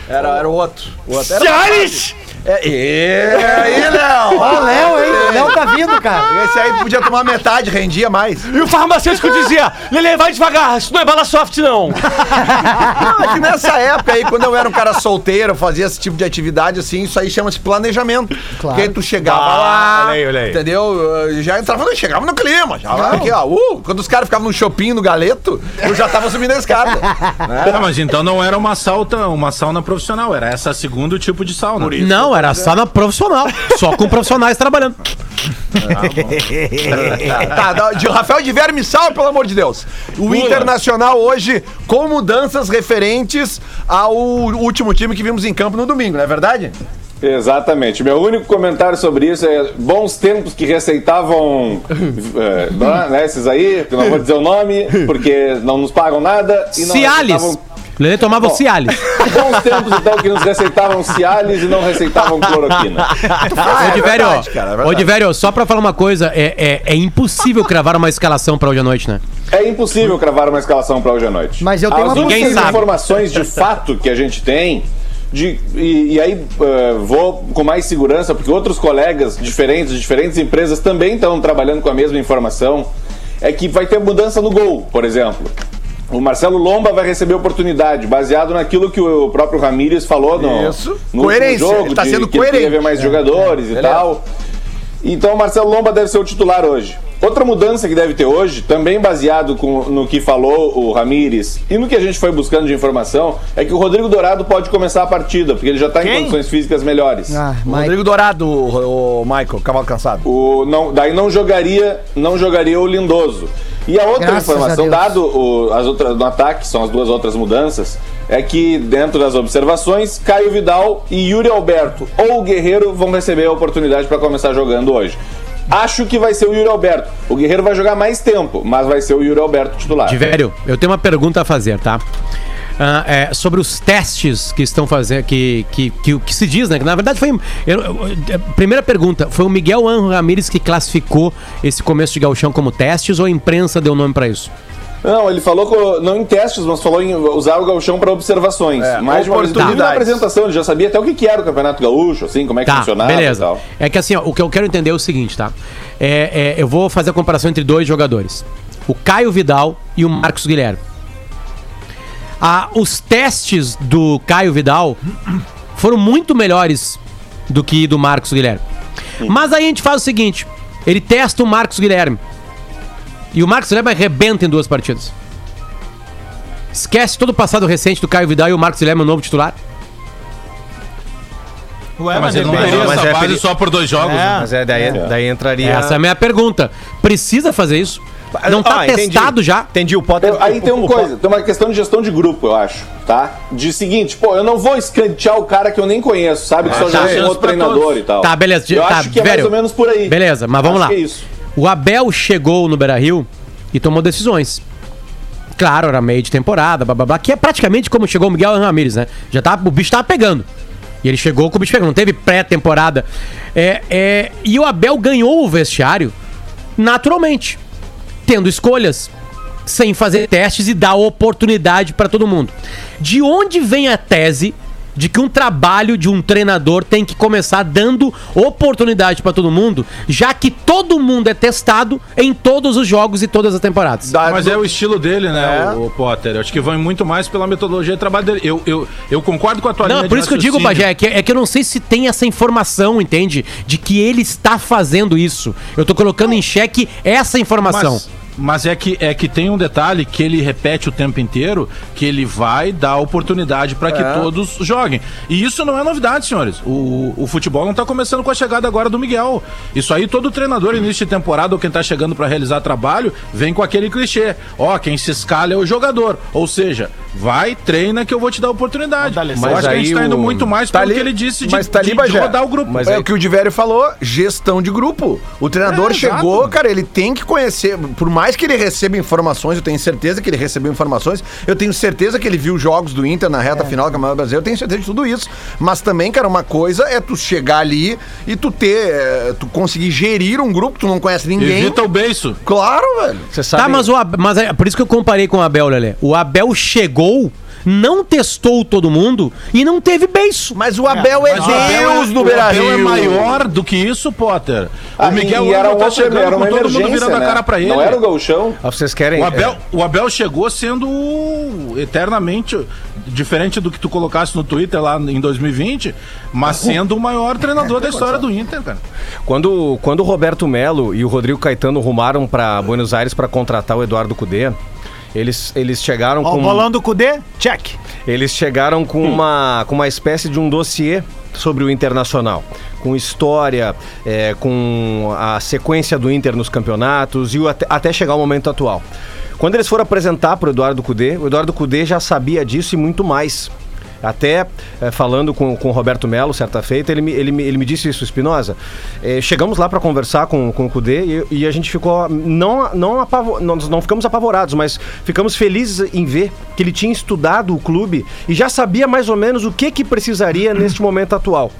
Speaker 2: Era, era o outro. O outro. Era...
Speaker 4: Charles!
Speaker 2: É, e aí, Léo? É.
Speaker 7: Ó, Léo, hein? Léo tá vindo, cara.
Speaker 2: Esse aí podia tomar metade, rendia mais.
Speaker 4: E o farmacêutico dizia, Lele, vai devagar, isso não é bala soft, não.
Speaker 2: Não, é que nessa época aí, quando eu era um cara solteiro, eu fazia esse tipo de atividade, assim, isso aí chama-se planejamento.
Speaker 7: Claro.
Speaker 2: Porque aí tu chegava
Speaker 4: Ah,
Speaker 2: lá,
Speaker 4: olha aí, olha aí.
Speaker 2: entendeu? Eu Já entrava, não, chegava no clima, já lá, aqui, ó, uh, quando os caras ficavam no shopping, no galeto, eu já tava subindo a escada.
Speaker 6: Ah, mas então não era uma sauna, uma sauna profissional, era essa segundo tipo de sauna.
Speaker 8: Não, era sauna profissional. Só com profissionais trabalhando.
Speaker 2: tá, tá, de Rafael de Verme, salve, pelo amor de Deus. O Internacional hoje com mudanças referentes ao último time que vimos em campo no domingo, não é verdade?
Speaker 5: Exatamente. Meu único comentário sobre isso é bons tempos que receitavam eh, não, né, esses aí, que eu não vou dizer o nome, porque não nos pagam nada. e não
Speaker 8: Cialis. O
Speaker 2: um-
Speaker 5: receitavam-
Speaker 8: Lelê tomava
Speaker 5: Bom.
Speaker 2: [LAUGHS]
Speaker 8: Cialis.
Speaker 5: Bons tempos, então, que nos receitavam Cialis e não receitavam cloroquina.
Speaker 8: Ô, Diverio,
Speaker 2: verdade, cara, é
Speaker 8: ô,
Speaker 2: verdade.
Speaker 8: Diverio, só pra falar uma coisa, é, é, é
Speaker 2: [LAUGHS]
Speaker 8: impossível cravar uma escalação pra hoje à noite, né?
Speaker 5: É impossível cravar uma escalação pra hoje à noite.
Speaker 7: Mas eu tenho
Speaker 5: As
Speaker 7: uma
Speaker 5: únicas
Speaker 8: possível.
Speaker 5: informações
Speaker 2: [LAUGHS]
Speaker 5: de fato que a gente tem. de- e, e aí eh, vou com mais segurança, porque outros colegas diferentes, de diferentes empresas também estão trabalhando com a mesma informação. É que vai ter mudança no gol, por exemplo. O Marcelo Lomba vai receber oportunidade, baseado naquilo que o próprio Ramírez falou no,
Speaker 2: Isso.
Speaker 5: no último
Speaker 2: Coerência,
Speaker 5: jogo,
Speaker 2: ele tá
Speaker 5: de
Speaker 2: sendo
Speaker 5: que ele queria
Speaker 2: coerente. É.
Speaker 5: ver mais jogadores e tal. Então o Marcelo Lomba deve ser o titular hoje. Outra mudança que deve ter hoje, também baseado com- no que falou o Ramires e no que a gente foi buscando de informação, é que o Rodrigo Dourado pode começar a partida, porque ele já está em condições físicas melhores.
Speaker 7: Ah, mas
Speaker 2: Rodrigo Dourado, o, o Michael, cavalo cansado.
Speaker 5: O, não, daí não jogaria, não jogaria o Lindoso. E a outra
Speaker 7: Graças a
Speaker 5: informação,
Speaker 7: Deus.
Speaker 5: dado o- as outras no ataque, são as duas outras mudanças, é que dentro das observações, Caio Vidal e Yuri Alberto ou o Guerreiro vão receber a oportunidade para começar jogando hoje. Acho que vai ser o Yuri Alberto. O Guerreiro vai jogar mais tempo, mas vai ser o Yuri Alberto titular.
Speaker 8: Diverio, eu tenho uma pergunta a fazer, tá? Ah, é, sobre os testes que estão fazendo, que, que, que, o que se diz, né? Que na verdade foi. eu- eu- eu- primeira pergunta: foi o Miguel Anjo Ramírez que classificou esse começo de Gauchão como testes ou a imprensa deu nome pra isso?
Speaker 5: Não, ele falou co- não em testes, mas falou em usar o gauchão para observações.
Speaker 8: É,
Speaker 5: mais de uma vez, inclusive na
Speaker 2: oportunidades.
Speaker 5: apresentação, ele já sabia até o que que era o Campeonato Gaúcho, assim, como é que
Speaker 8: Tá,
Speaker 5: funcionava e
Speaker 8: beleza.
Speaker 5: tal.
Speaker 8: É que assim, ó, o que eu quero entender é o seguinte, tá? É, é, eu vou fazer a comparação entre dois jogadores: o Caio Vidal e o Marcos Guilherme. Ah, os testes do Caio Vidal foram muito melhores do que do Marcos Guilherme. Mas aí a gente faz o seguinte: ele testa o Marcos Guilherme. E o Marcos Guilherme arrebenta em duas partidas. Esquece todo o passado recente do Caio Vidal e o Marcos Guilherme é o novo titular.
Speaker 3: Ué,
Speaker 6: Mas ele não
Speaker 3: depende.
Speaker 6: teria
Speaker 4: mas
Speaker 6: essa
Speaker 4: é
Speaker 6: base
Speaker 4: peri-
Speaker 6: só por dois jogos, né?
Speaker 4: Mas é, daí, daí entraria...
Speaker 8: Essa é a minha pergunta. Precisa fazer isso? Não tá
Speaker 4: Ah, entendi.
Speaker 8: testado já?
Speaker 4: Entendi, o Potter...
Speaker 5: Então, aí
Speaker 4: o-
Speaker 5: tem
Speaker 4: o-
Speaker 2: um
Speaker 5: uma
Speaker 4: o-
Speaker 5: coisa, tem uma questão de gestão de grupo, eu acho, tá? De seguinte, pô, eu não vou escantear o cara que eu nem conheço, sabe? Que
Speaker 4: Ah, tá.
Speaker 5: só já é um
Speaker 6: chance
Speaker 5: outro
Speaker 6: pra
Speaker 5: treinador
Speaker 6: todos.
Speaker 5: e tal.
Speaker 8: Tá, beleza,
Speaker 5: Eu
Speaker 8: tá,
Speaker 5: acho que é mais
Speaker 8: velho.
Speaker 5: ou menos por aí.
Speaker 8: Beleza, mas vamos
Speaker 5: Acho
Speaker 8: lá.
Speaker 5: que é isso.
Speaker 8: O Abel chegou no Beira-Rio e tomou decisões. Claro, era meio de temporada, blá blá blá, que é praticamente como chegou o Miguel Ramírez, né? Já tá, o bicho tava pegando. E ele chegou com o bicho pegando, não teve pré-temporada. É, é, e o Abel ganhou o vestiário naturalmente, tendo escolhas, sem fazer testes e dar oportunidade para todo mundo. De onde vem a tese de que um trabalho de um treinador tem que começar dando oportunidade para todo mundo, já que todo mundo é testado em todos os jogos e todas as temporadas?
Speaker 6: Mas é o estilo dele, né, o, o Potter? Eu Acho que vai muito mais pela metodologia de trabalho dele. Eu, eu, eu concordo com a tua
Speaker 8: Não, é
Speaker 6: linha
Speaker 8: por
Speaker 6: de
Speaker 8: isso que eu digo,
Speaker 6: raciocínio.
Speaker 8: Bagé, é que, é que eu não sei se tem essa informação, entende? De que ele está fazendo isso. Eu tô colocando em xeque essa informação.
Speaker 6: Mas, mas é, que, é que tem um detalhe que ele repete o tempo inteiro, que ele vai dar oportunidade para
Speaker 5: É.
Speaker 6: que todos joguem. E isso não é novidade, senhores. O, o futebol não tá começando com a chegada agora do Miguel. Isso aí todo treinador início de temporada ou quem tá chegando para realizar trabalho, vem com aquele clichê. Ó, quem se escala é o jogador. Ou seja, vai, treina que eu vou te dar oportunidade. Mas eu acho que a gente tá indo muito mais
Speaker 2: para
Speaker 6: pelo que ele disse de,
Speaker 2: mas tá ali,
Speaker 6: de- de
Speaker 2: Bagé.
Speaker 6: rodar o grupo.
Speaker 2: Mas é o que o Diverio falou, gestão de grupo. O treinador
Speaker 6: É,
Speaker 2: chegou,
Speaker 6: exato.
Speaker 2: cara, ele tem que conhecer. Por mais que ele receba informações, eu tenho certeza que ele recebeu informações. Eu tenho certeza que ele viu jogos do Inter na
Speaker 6: É.
Speaker 2: reta final do Campeonato Brasileiro. Eu tenho certeza de tudo isso. Mas também, cara, uma coisa é tu chegar ali e tu ter, eh, tu conseguir gerir um grupo, tu não conhece ninguém.
Speaker 6: Evita o beiço.
Speaker 2: Claro, velho.
Speaker 9: Você
Speaker 8: Tá, mas, o Ab- mas é por isso que eu comparei com o Abel, Lelé. O Abel chegou, não testou todo mundo e não teve beiço.
Speaker 2: Mas o Abel é,
Speaker 6: Mas o Abel
Speaker 2: Deus
Speaker 6: é-
Speaker 2: no
Speaker 6: o
Speaker 2: Beira
Speaker 6: Abel é
Speaker 2: Rio.
Speaker 6: maior do que isso, Potter.
Speaker 5: Ah,
Speaker 6: o Miguel
Speaker 5: e era
Speaker 6: Ângelo tá
Speaker 5: outra-
Speaker 6: chegando
Speaker 5: era
Speaker 6: com
Speaker 5: uma
Speaker 6: todo mundo
Speaker 5: emergência,
Speaker 6: virando a
Speaker 5: né?
Speaker 6: cara pra ele.
Speaker 5: Não era o gauchão?
Speaker 9: Ah, vocês querem.
Speaker 6: O Abel, o Abel chegou sendo eternamente diferente do que tu colocasse no Twitter lá em 2020, mas sendo o maior treinador da história do Inter, cara.
Speaker 9: Quando, quando o Roberto Melo e o Rodrigo Caetano rumaram pra Buenos Aires pra contratar o Eduardo Cudê, eles, eles chegaram
Speaker 3: Ó,
Speaker 9: com.
Speaker 3: o bolão do Cudê, check.
Speaker 9: Eles chegaram com uma, com uma espécie de um dossiê sobre o Internacional. Com história, é, com a sequência do Inter nos campeonatos e o até, até chegar ao momento atual. Quando eles foram apresentar para o Eduardo Cudê, o Eduardo Cudê já sabia disso e muito mais. Até é, falando com, com o Roberto Melo, certa feita, ele me, ele me, ele me disse isso, Espinosa. É, chegamos lá para conversar com, com o Cudê e, e a gente ficou. Não, não, apavo, nós não ficamos apavorados, mas ficamos felizes em ver que ele tinha estudado o clube e já sabia mais ou menos o que, que precisaria neste momento atual.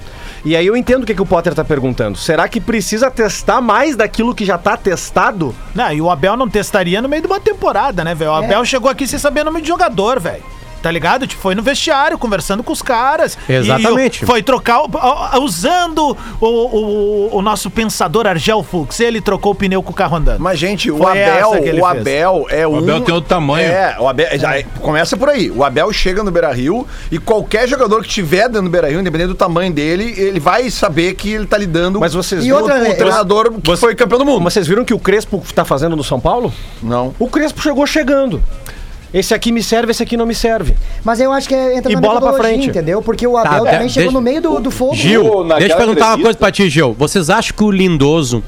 Speaker 9: E aí eu entendo o que, que o Potter está perguntando. Será que precisa testar mais daquilo que já está testado?
Speaker 3: Não, e o Abel não testaria no meio de uma temporada, né,
Speaker 2: É.
Speaker 3: velho? O Abel chegou aqui sem saber nome de jogador, velho. Tá ligado? Tipo, foi no vestiário, conversando com os caras. E-
Speaker 8: Exatamente.
Speaker 3: e o- foi trocar. o- a- a- Usando o, o, o nosso pensador Argel Fux. Ele trocou o pneu com o carro andando.
Speaker 2: Mas, gente, o
Speaker 3: Foi
Speaker 2: Abel,
Speaker 3: essa que ele
Speaker 2: o
Speaker 3: fez.
Speaker 2: Abel é um...
Speaker 6: Abel tem outro tamanho.
Speaker 2: É, o Abel, já- começa por aí. O Abel chega no Beira-Rio e qualquer jogador que tiver dentro do Beira-Rio, independente do tamanho dele, ele vai saber que ele tá lidando
Speaker 9: Mas vocês
Speaker 7: E
Speaker 9: viram-
Speaker 7: outra,
Speaker 2: com o
Speaker 7: né?
Speaker 2: treinador que foi campeão do mundo.
Speaker 9: Vocês viram que o Crespo está fazendo no São Paulo?
Speaker 2: Não.
Speaker 9: O Crespo chegou chegando. Esse aqui me serve, esse aqui não me serve.
Speaker 7: Mas eu acho que é- entra
Speaker 9: E
Speaker 7: na
Speaker 9: bola pra
Speaker 7: metodologia,
Speaker 9: frente.
Speaker 7: entendeu? Porque o Abel
Speaker 8: de-
Speaker 7: também chegou
Speaker 8: deixa-
Speaker 7: no meio do, do fogo.
Speaker 8: Gil,
Speaker 5: Ou naquela
Speaker 8: deixa eu perguntar uma
Speaker 5: entrevista.
Speaker 8: coisa pra ti, Gil. Vocês acham que o Lindoso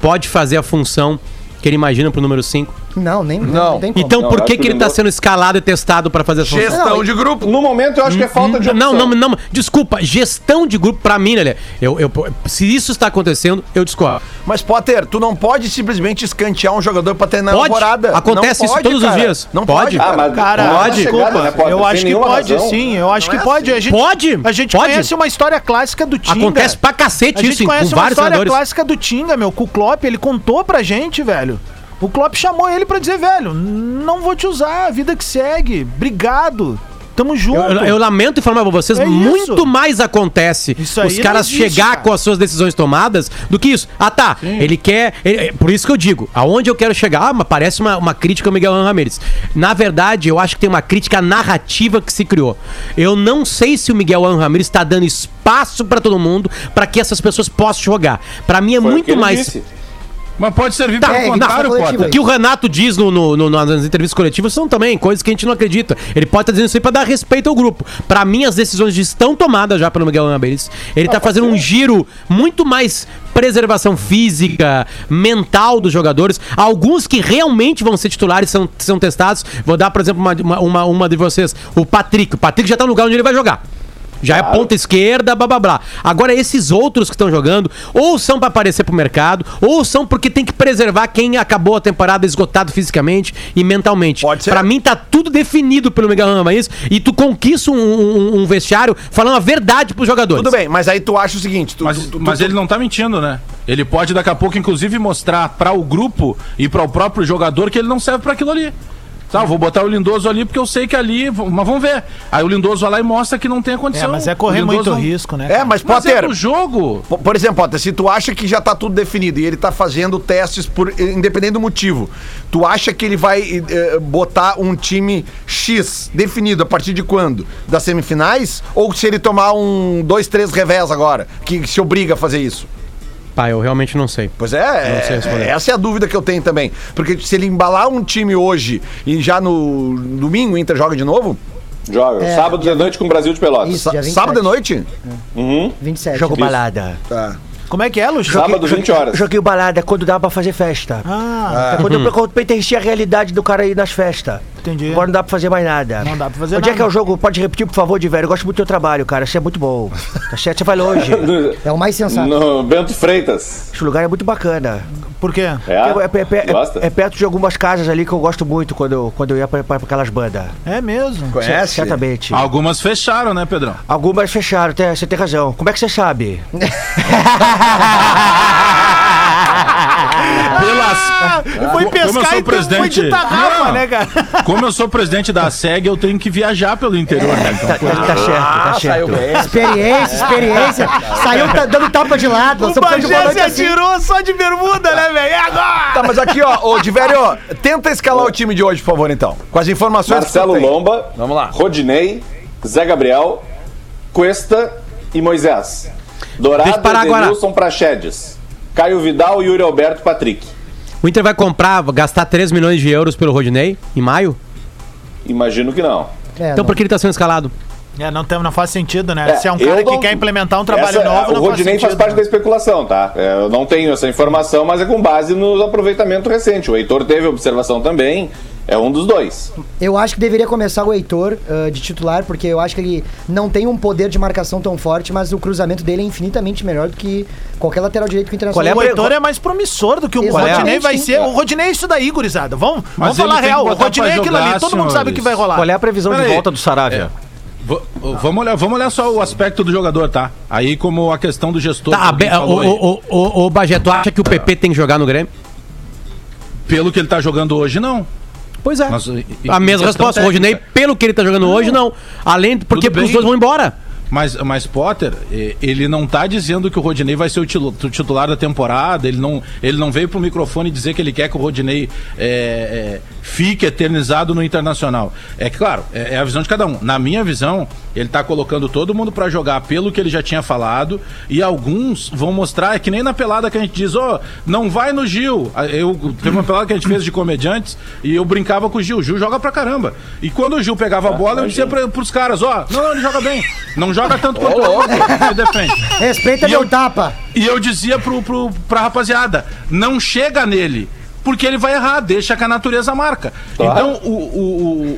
Speaker 8: pode fazer a função que ele imagina pro número 5?
Speaker 7: Não, nem
Speaker 2: Não.
Speaker 7: tem como.
Speaker 8: Então,
Speaker 5: Não,
Speaker 8: por
Speaker 5: eu
Speaker 8: que,
Speaker 5: acho
Speaker 8: que
Speaker 5: que o
Speaker 8: ele tá
Speaker 5: Lindoso-
Speaker 8: sendo escalado e testado pra fazer a função?
Speaker 2: Gestão de grupo.
Speaker 5: No momento eu acho que é falta de
Speaker 8: Não,
Speaker 5: opção.
Speaker 8: não, não. Desculpa, gestão de grupo, pra mim, né? Eu, eu, se isso está acontecendo, eu discordo.
Speaker 2: Mas, Potter, tu não pode simplesmente escantear um jogador pra treinar
Speaker 8: Pode.
Speaker 2: na temporada.
Speaker 8: Acontece
Speaker 2: Não
Speaker 8: isso
Speaker 2: pode,
Speaker 8: todos os
Speaker 2: cara.
Speaker 8: dias.
Speaker 2: Não pode.
Speaker 8: Pode.
Speaker 5: Ah, mas
Speaker 3: Cara,
Speaker 5: não é uma
Speaker 8: pode,
Speaker 5: chegada, né, Potter?
Speaker 3: eu
Speaker 5: Sem
Speaker 3: acho que
Speaker 5: nenhuma
Speaker 3: pode,
Speaker 5: razão.
Speaker 3: sim. Eu acho
Speaker 2: Não
Speaker 3: que
Speaker 2: é
Speaker 3: pode. A gente,
Speaker 8: Pode?
Speaker 3: A gente
Speaker 8: Pode?
Speaker 3: conhece uma história clássica do Tinga.
Speaker 8: Acontece pra cacete
Speaker 3: a
Speaker 8: isso
Speaker 3: gente
Speaker 8: em-
Speaker 3: conhece
Speaker 8: com
Speaker 3: uma
Speaker 8: vários
Speaker 3: história
Speaker 8: treinadores.
Speaker 3: clássica do Tinga, meu, com o Klopp, ele contou pra gente, velho. O Klopp chamou ele pra dizer, velho, não vou te usar, a vida que segue. Obrigado. Tamo junto.
Speaker 8: Eu, eu lamento informar pra vocês,
Speaker 3: É isso.
Speaker 8: muito mais acontece
Speaker 3: Isso aí
Speaker 8: os caras
Speaker 3: não existe,
Speaker 8: chegar
Speaker 3: cara.
Speaker 8: com as suas decisões tomadas do que isso. Ah, tá. Ele quer. ele- é, por isso que eu digo, aonde eu quero chegar? Ah, mas parece uma, uma crítica ao Miguel Ramírez. Na verdade, eu acho que tem uma crítica à narrativa que se criou. Eu não sei se o Miguel Ramírez está dando espaço pra todo mundo pra que essas pessoas possam jogar. Pra mim é
Speaker 5: Foi o que
Speaker 8: muito
Speaker 5: ele
Speaker 8: mais.
Speaker 5: disse.
Speaker 6: Mas pode servir
Speaker 8: Tá,
Speaker 6: para
Speaker 7: é,
Speaker 6: o contrário,
Speaker 7: não,
Speaker 6: Potter.
Speaker 8: O que o Renato diz no, no- no- nas entrevistas coletivas são também coisas que a gente não acredita. Ele pode estar dizendo isso aí pra dar respeito ao grupo. Pra mim, as decisões estão tomadas já pelo Miguel Ramírez. Ele tá fazendo um giro muito mais preservação física, mental dos jogadores. Alguns que realmente vão ser titulares são, são testados. Vou dar, por exemplo, uma, uma, uma- uma de vocês. O Patrick. O Patrick já tá no lugar onde ele vai jogar. Já é ponta esquerda, blá blá blá. Agora, esses outros que estão jogando, ou são para aparecer pro mercado, ou são porque tem que preservar quem acabou a temporada esgotado fisicamente e mentalmente. Pode
Speaker 2: ser.
Speaker 8: Pra mim, tá tudo definido pelo Miguel Rama, é isso? E tu conquista um, um- um vestiário falando a verdade pros jogadores.
Speaker 2: Tudo bem, mas aí tu acha o seguinte, tu,
Speaker 6: Mas,
Speaker 2: tu- tu-
Speaker 6: mas
Speaker 2: tu-
Speaker 6: ele não tá mentindo, né? Ele pode daqui a pouco, inclusive, mostrar para o grupo e para o próprio jogador que ele não serve para aquilo ali. Tá, eu vou botar o Lindoso ali porque eu sei que ali. Mas vamos ver. Aí o Lindoso vai lá e mostra que não tem
Speaker 3: É,
Speaker 6: condição.
Speaker 3: mas é correr
Speaker 6: O Lindoso
Speaker 3: muito
Speaker 6: não-
Speaker 3: risco, né?
Speaker 2: É,
Speaker 6: Mas
Speaker 2: mas Potter,
Speaker 6: é pro jogo.
Speaker 2: po- por exemplo, Potter, se tu acha que já tá tudo definido e ele tá fazendo testes por eh, independente do motivo, tu acha que ele vai eh, botar um time X definido a partir de quando? Das semifinais ou se ele tomar um dois, três revés agora, que se obriga a fazer isso?
Speaker 8: Pai, eu realmente não sei.
Speaker 2: Pois
Speaker 8: Não sei
Speaker 2: é,
Speaker 8: responder.
Speaker 2: é, essa é a dúvida que eu tenho também. Porque se ele embalar um time hoje e já no domingo o Inter joga de novo,
Speaker 5: Joga.
Speaker 7: É.
Speaker 5: Sábado de noite com o Brasil de Pelotas.
Speaker 7: Isso, dia
Speaker 2: sa-
Speaker 7: 27.
Speaker 2: sábado de noite?
Speaker 7: 27.
Speaker 10: Jogo balada.
Speaker 2: Tá.
Speaker 3: Como é que é, Luxo?
Speaker 5: Sábado, 20 horas.
Speaker 10: Joguei balada é quando dava pra fazer festa.
Speaker 3: Ah,
Speaker 10: É Quando, eu, quando eu pertenci à realidade do cara aí nas festas.
Speaker 3: Entendi.
Speaker 10: Agora não dá pra fazer mais nada.
Speaker 3: Não dá pra fazer
Speaker 10: Onde é
Speaker 3: nada.
Speaker 10: que é o jogo? Pode repetir, por favor, de velho. Eu gosto muito do teu trabalho, cara. Você é muito
Speaker 3: [LAUGHS]
Speaker 10: bom. Tá certo? Você vai longe.
Speaker 7: É o mais sensato.
Speaker 5: No Bento Freitas.
Speaker 10: Esse lugar é muito bacana.
Speaker 3: por quê?
Speaker 5: É,
Speaker 10: É, é- é- é-
Speaker 5: Gosta?
Speaker 10: é perto de algumas casas ali que eu gosto muito quando eu, quando eu ia pra, pra, pra aquelas bandas.
Speaker 3: É mesmo.
Speaker 2: Conhece?
Speaker 10: Certamente.
Speaker 6: Algumas fecharam, né, Pedrão?
Speaker 10: Algumas fecharam, tem- você tem razão. Como é que você sabe?
Speaker 6: Pelas.
Speaker 3: Foi
Speaker 6: Como- como eu
Speaker 3: pescar
Speaker 6: sou
Speaker 3: e tem- foi de
Speaker 6: presidente-
Speaker 3: tarrafa,
Speaker 6: Não.
Speaker 3: né, cara?
Speaker 6: [LAUGHS] Como eu sou presidente da SEG, eu tenho que viajar pelo interior, né? Então,
Speaker 10: Tá, tá- tá certo, tá certo.
Speaker 7: Experiência, experiência. Saiu tá- dando tapa de lado.
Speaker 3: O
Speaker 7: lançou pra de
Speaker 3: Bagé
Speaker 7: volante
Speaker 3: se
Speaker 7: assim.
Speaker 3: atirou só de bermuda, né, velho? É agora!
Speaker 2: Tá, mas aqui, ó, ô Diverio, tenta escalar o time de hoje, por favor, então. Com as informações
Speaker 5: Marcelo
Speaker 2: que tu tem.
Speaker 5: Lomba.
Speaker 2: Vamos lá.
Speaker 5: Rodinei. Zé Gabriel. Cuesta e Moisés.
Speaker 8: Deixa eu
Speaker 5: Dourado,
Speaker 8: parar agora.
Speaker 5: Edenilson, Praxedes. Caio Vidal, Yuri Alberto, Patrick.
Speaker 8: O Inter vai comprar, gastar 3 milhões de euros pelo Rodinei em maio?
Speaker 5: Imagino que não.
Speaker 7: É,
Speaker 8: Então
Speaker 7: não.
Speaker 8: por que ele tá sendo escalado?
Speaker 3: É, não, tem, não faz sentido, né? Se é um
Speaker 5: eu
Speaker 3: cara que
Speaker 5: não-
Speaker 3: quer implementar um trabalho
Speaker 5: Essa- é,
Speaker 3: novo,
Speaker 5: O
Speaker 3: não
Speaker 5: Rodinei faz,
Speaker 3: sentido,
Speaker 5: parte
Speaker 3: né?
Speaker 5: da especulação, tá? É, Eu não tenho essa informação, mas é com base no aproveitamento recente. O Heitor teve observação também. É um dos dois.
Speaker 7: Eu acho que deveria começar o Heitor ah, de titular, porque eu acho que ele não tem um poder de marcação tão forte, mas o cruzamento dele é infinitamente melhor do que qualquer lateral direito que o Internacional.
Speaker 10: Qual
Speaker 3: O
Speaker 10: é a
Speaker 7: Heitor-
Speaker 3: Heitor é mais promissor do que o
Speaker 7: Exatamente,
Speaker 3: Rodinei vai
Speaker 7: sim.
Speaker 3: ser. O Rodinei é isso daí, gurizada. Vamos, vamos
Speaker 6: Mas
Speaker 3: falar
Speaker 6: ele tem que
Speaker 3: real. O
Speaker 6: botar pra
Speaker 3: Rodinei é aquilo
Speaker 6: jogar,
Speaker 3: ali. Todo mundo sabe o que vai
Speaker 6: senhores.
Speaker 3: rolar.
Speaker 10: Qual é a previsão de
Speaker 6: Peraí.
Speaker 10: volta do
Speaker 9: É,
Speaker 10: Saravia?
Speaker 6: V- vamos, olhar, vamos olhar só o aspecto do jogador, tá? Aí como a questão do gestor. que
Speaker 8: Tá,
Speaker 6: alguém
Speaker 3: ah,
Speaker 8: o,
Speaker 6: falou aí.
Speaker 8: o, o, o, o Bagé, tu acha que o PP tem que jogar no Grêmio?
Speaker 6: Pelo que ele tá jogando hoje, não.
Speaker 8: Pois é.
Speaker 6: Mas, e- e-
Speaker 8: a mesma
Speaker 6: questão
Speaker 8: resposta, o
Speaker 6: técnica.
Speaker 8: Rodinei, pelo que ele tá jogando hoje, não. Além, porque
Speaker 6: Tudo bem.
Speaker 8: os dois vão embora.
Speaker 6: Mas, mas Potter, eh, ele não tá dizendo que o Rodinei vai ser o tilu- tu- titular da temporada, ele não, ele não veio pro microfone dizer que ele quer que o Rodinei eh, eh, fique eternizado no Internacional. É claro, é, é a visão de cada um. Na minha visão, ele tá colocando todo mundo pra jogar pelo que ele já tinha falado e alguns vão mostrar, é que nem na pelada que a gente diz, ó, não vai no Gil. Ah, Eu, teve uma pelada que a gente fez de comediantes e eu brincava com o Gil, o Gil joga pra caramba. E quando o Gil pegava a bola, eu dizia pra, pros caras, ó, não, não, ele joga bem, não joga tanto quanto o outro, ele defende.
Speaker 7: Respeita
Speaker 6: E
Speaker 7: meu
Speaker 6: eu-
Speaker 7: tapa.
Speaker 6: E eu dizia pro, pro, pra rapaziada: não chega nele, porque ele vai errar, deixa que a natureza marca. Então, o, o,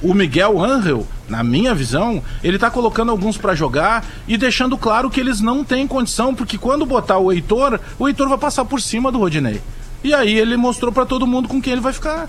Speaker 6: o- o Miguel Angel, na minha visão, ele tá colocando alguns pra jogar e deixando claro que eles não têm condição, porque quando botar o Heitor, o Heitor vai passar por cima do Rodinei. E aí ele mostrou pra todo mundo com quem ele vai ficar.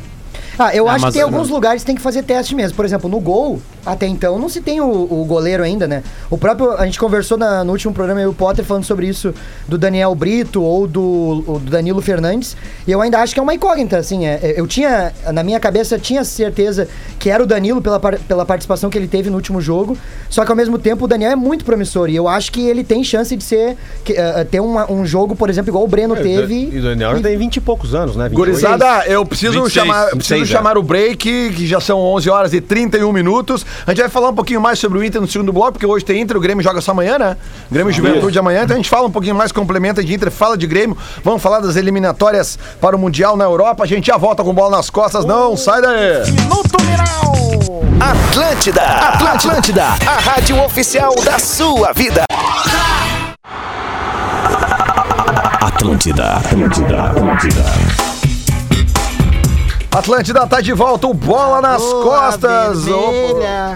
Speaker 7: Ah, eu
Speaker 8: Ah,
Speaker 7: acho que
Speaker 8: mas-
Speaker 7: tem alguns lugares que tem que fazer teste mesmo. Por exemplo, no gol, até então, não se tem o, o goleiro ainda, né? O próprio. A gente conversou na- no último programa eu e o Potter falando sobre isso do Daniel Brito ou do, ou do Danilo Fernandes. E eu ainda acho que é uma incógnita, assim. é- eu tinha. Na minha cabeça, eu tinha certeza que era o Danilo pela, par- pela participação que ele teve no último jogo. Só que ao mesmo tempo o Daniel é muito promissor. E eu acho que ele tem chance de ser. que, eh, ter uma- um jogo, por exemplo, igual o Breno teve.
Speaker 9: É, E o Daniel tem 20 e poucos anos, né? 28.
Speaker 2: Gurizada, eu preciso
Speaker 6: 26,
Speaker 2: chamar, eu preciso
Speaker 9: 26,
Speaker 2: chamar o break, que já são 11 horas e 31 minutos. A gente vai falar um pouquinho mais sobre o Inter no segundo bloco, porque hoje tem Inter, o Grêmio joga só amanhã, né? Grêmio e Juventude amanhã, então a gente fala um pouquinho mais, complementa de Inter, fala de Grêmio. Vamos falar das eliminatórias para o Mundial na Europa. A gente já volta com bola nas costas, não sai daí!
Speaker 11: Atlântida, Atlântida, a rádio oficial da sua vida. Atlântida, Atlântida, Atlântida.
Speaker 2: Atlântida tá de volta, o bola nas costas. Opa.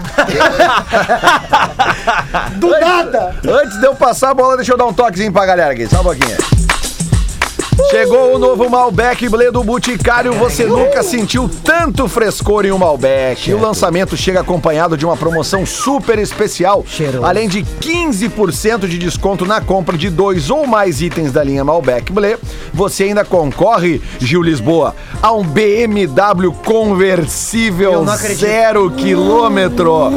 Speaker 7: [LAUGHS] Do nada!
Speaker 2: Antes de eu passar a bola, deixa eu dar um toquezinho pra galera aqui. Só um pouquinho. Chegou o novo Malbec Blé do Boticário. Você nunca sentiu tanto frescor em um Malbec. E o lançamento chega acompanhado de uma promoção super especial.
Speaker 7: Cheiroso.
Speaker 2: Além de 15% de desconto na compra de dois ou mais itens da linha Malbec Blé, você ainda concorre, Gil Lisboa, a um BMW conversível
Speaker 7: Eu não acredito.
Speaker 2: zero quilômetro.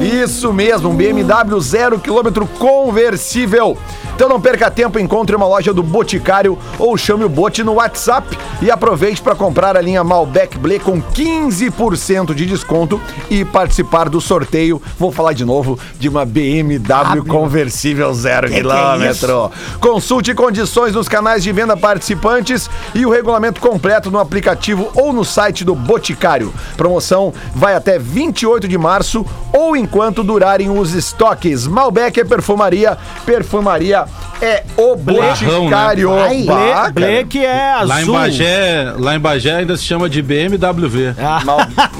Speaker 2: Isso mesmo, um BMW zero quilômetro conversível. Então não perca tempo, encontre uma loja do Boticário ou chame o Bote no WhatsApp e aproveite para comprar a linha Malbec Blé com 15% de desconto e participar do sorteio. Vou falar de novo de uma BMW conversível zero quilômetro. Consulte condições nos canais de venda participantes e o regulamento completo no aplicativo ou no site do Boticário. Promoção vai até 28 de março ou enquanto durarem os estoques. Malbec é perfumaria, perfumaria é o Boticário.
Speaker 7: Barrão, né?
Speaker 2: Bah, cara.
Speaker 3: Blê que é azul.
Speaker 6: Lá em, Bagé, lá em Bagé ainda se chama de BMWV.
Speaker 2: [LAUGHS]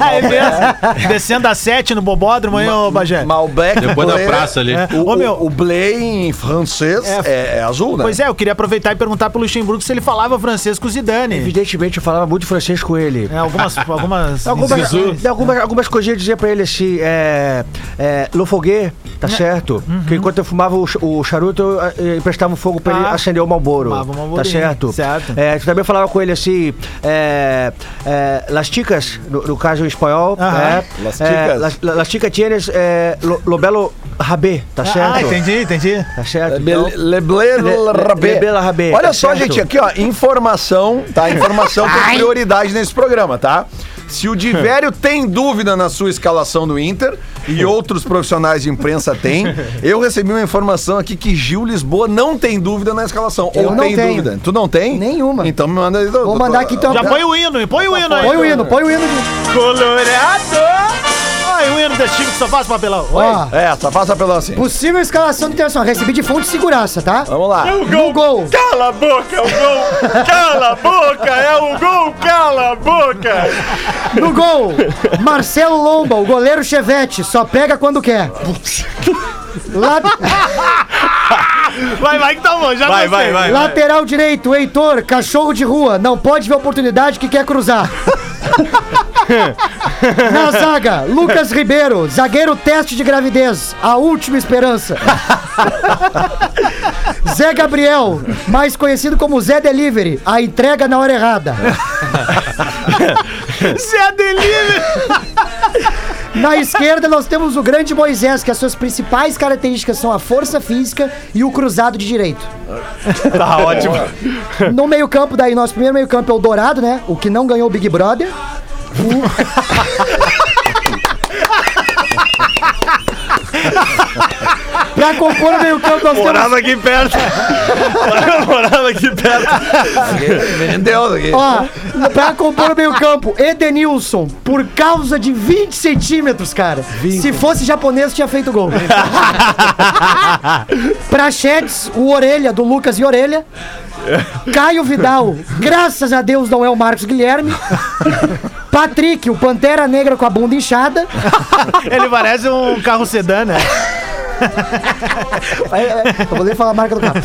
Speaker 3: é mesmo. Descendo a 7 no Bobódromo, hein, ô Bagé?
Speaker 2: Malbec
Speaker 6: Depois da
Speaker 2: Blé-
Speaker 6: praça ali.
Speaker 3: É.
Speaker 2: O,
Speaker 3: Ô, meu.
Speaker 2: o, o Blé em francês
Speaker 3: É.
Speaker 2: é, é azul, né?
Speaker 3: Pois é, eu queria aproveitar e perguntar pro Luxemburgo se ele falava francês com o Zidane.
Speaker 10: Evidentemente, eu falava muito francês com ele.
Speaker 3: É, algumas. algumas
Speaker 10: Algumas,
Speaker 6: Zizu.
Speaker 10: não, algumas, algumas coisinhas eu dizia pra ele assim, é. é Lofoguê, tá
Speaker 3: Né?
Speaker 10: certo?
Speaker 3: Uhum.
Speaker 10: Que enquanto eu fumava o, cha- o charuto, eu, eh, emprestava um fogo pra ele
Speaker 3: Ah.
Speaker 10: acender o Malboro.
Speaker 3: Fumava o
Speaker 10: Tá
Speaker 3: Malborinho,
Speaker 10: certo?
Speaker 3: certo.
Speaker 10: É, tu também falava com ele assim, é. é las chicas, no, no caso em espanhol,
Speaker 3: Aham.
Speaker 10: é,
Speaker 2: Las
Speaker 10: é,
Speaker 2: chicas.
Speaker 10: las, las chicas tienes é, lo, lo belo rabê, tá certo?
Speaker 3: Ah, entendi, entendi.
Speaker 10: Tá
Speaker 2: É
Speaker 10: certo? Então, Le- Le- Le- Rabé,
Speaker 2: Leblé Olha
Speaker 10: tá
Speaker 2: só,
Speaker 10: certo?
Speaker 2: gente, aqui, ó. Informação, tá? Informação com prioridade nesse programa, tá? Se o Divério tem dúvida na sua escalação do Inter e outros profissionais de imprensa têm, eu recebi uma informação aqui que Gil Lisboa não tem dúvida na escalação.
Speaker 7: Eu
Speaker 2: ou
Speaker 7: não
Speaker 2: tem
Speaker 7: tenho.
Speaker 2: dúvida? Tu não tem?
Speaker 7: Nenhuma.
Speaker 2: Então me manda aí.
Speaker 7: Vou mandar aqui então.
Speaker 3: Já põe o hino, põe o hino aí.
Speaker 7: Põe o hino, põe o hino. de-
Speaker 3: Colorado! Ai, o hino desse time que só faz papelão. Oi.
Speaker 7: Ó,
Speaker 2: É,
Speaker 12: tá,
Speaker 2: só passa pela assim.
Speaker 7: possível escalação do Internacional. Recebi de fonte de segurança, tá?
Speaker 2: Vamos lá.
Speaker 7: No gol.
Speaker 4: Cala a boca, é o gol! Cala a boca, é o gol! Cala a boca!
Speaker 7: No gol, Marcelo Lomba, o goleiro Chevette, só pega quando quer. La-
Speaker 3: Vai, vai que tá bom, já vai, vai, vai.
Speaker 7: lateral direito, Heitor, cachorro de rua, não pode ver oportunidade que quer
Speaker 4: [LAUGHS]
Speaker 7: cruzar. Na zaga, Lucas Ribeiro, zagueiro teste de gravidez, a última esperança. Zé Gabriel, mais conhecido como Zé Delivery, a entrega na hora errada.
Speaker 3: Zé Delivery!
Speaker 7: [LAUGHS] Na esquerda nós temos o grande Moisés, que as suas principais características são a força física e o cruzado de direito. [LAUGHS]
Speaker 4: Tá ótimo.
Speaker 7: No meio-campo daí, nosso primeiro meio-campo é o Dourado, né? O que não ganhou o Big Brother. O... pra compor o meio-campo nós temos.
Speaker 4: Morava aqui perto. Morava aqui perto.
Speaker 2: Vendeu aqui.
Speaker 7: Ó, [LAUGHS] pra compor o meio-campo, Edenilson, por causa de 20 centímetros, cara. Se fosse japonês, tinha feito gol. Prachedes, o Orelha, do Lucas e Orelha. Caio Vidal, graças a Deus não é o Marcos Guilherme. Patrick, o Pantera Negra com a bunda inchada.
Speaker 3: Ele parece um carro sedã, né?
Speaker 7: É, é, Eu vou nem falar a marca do carro.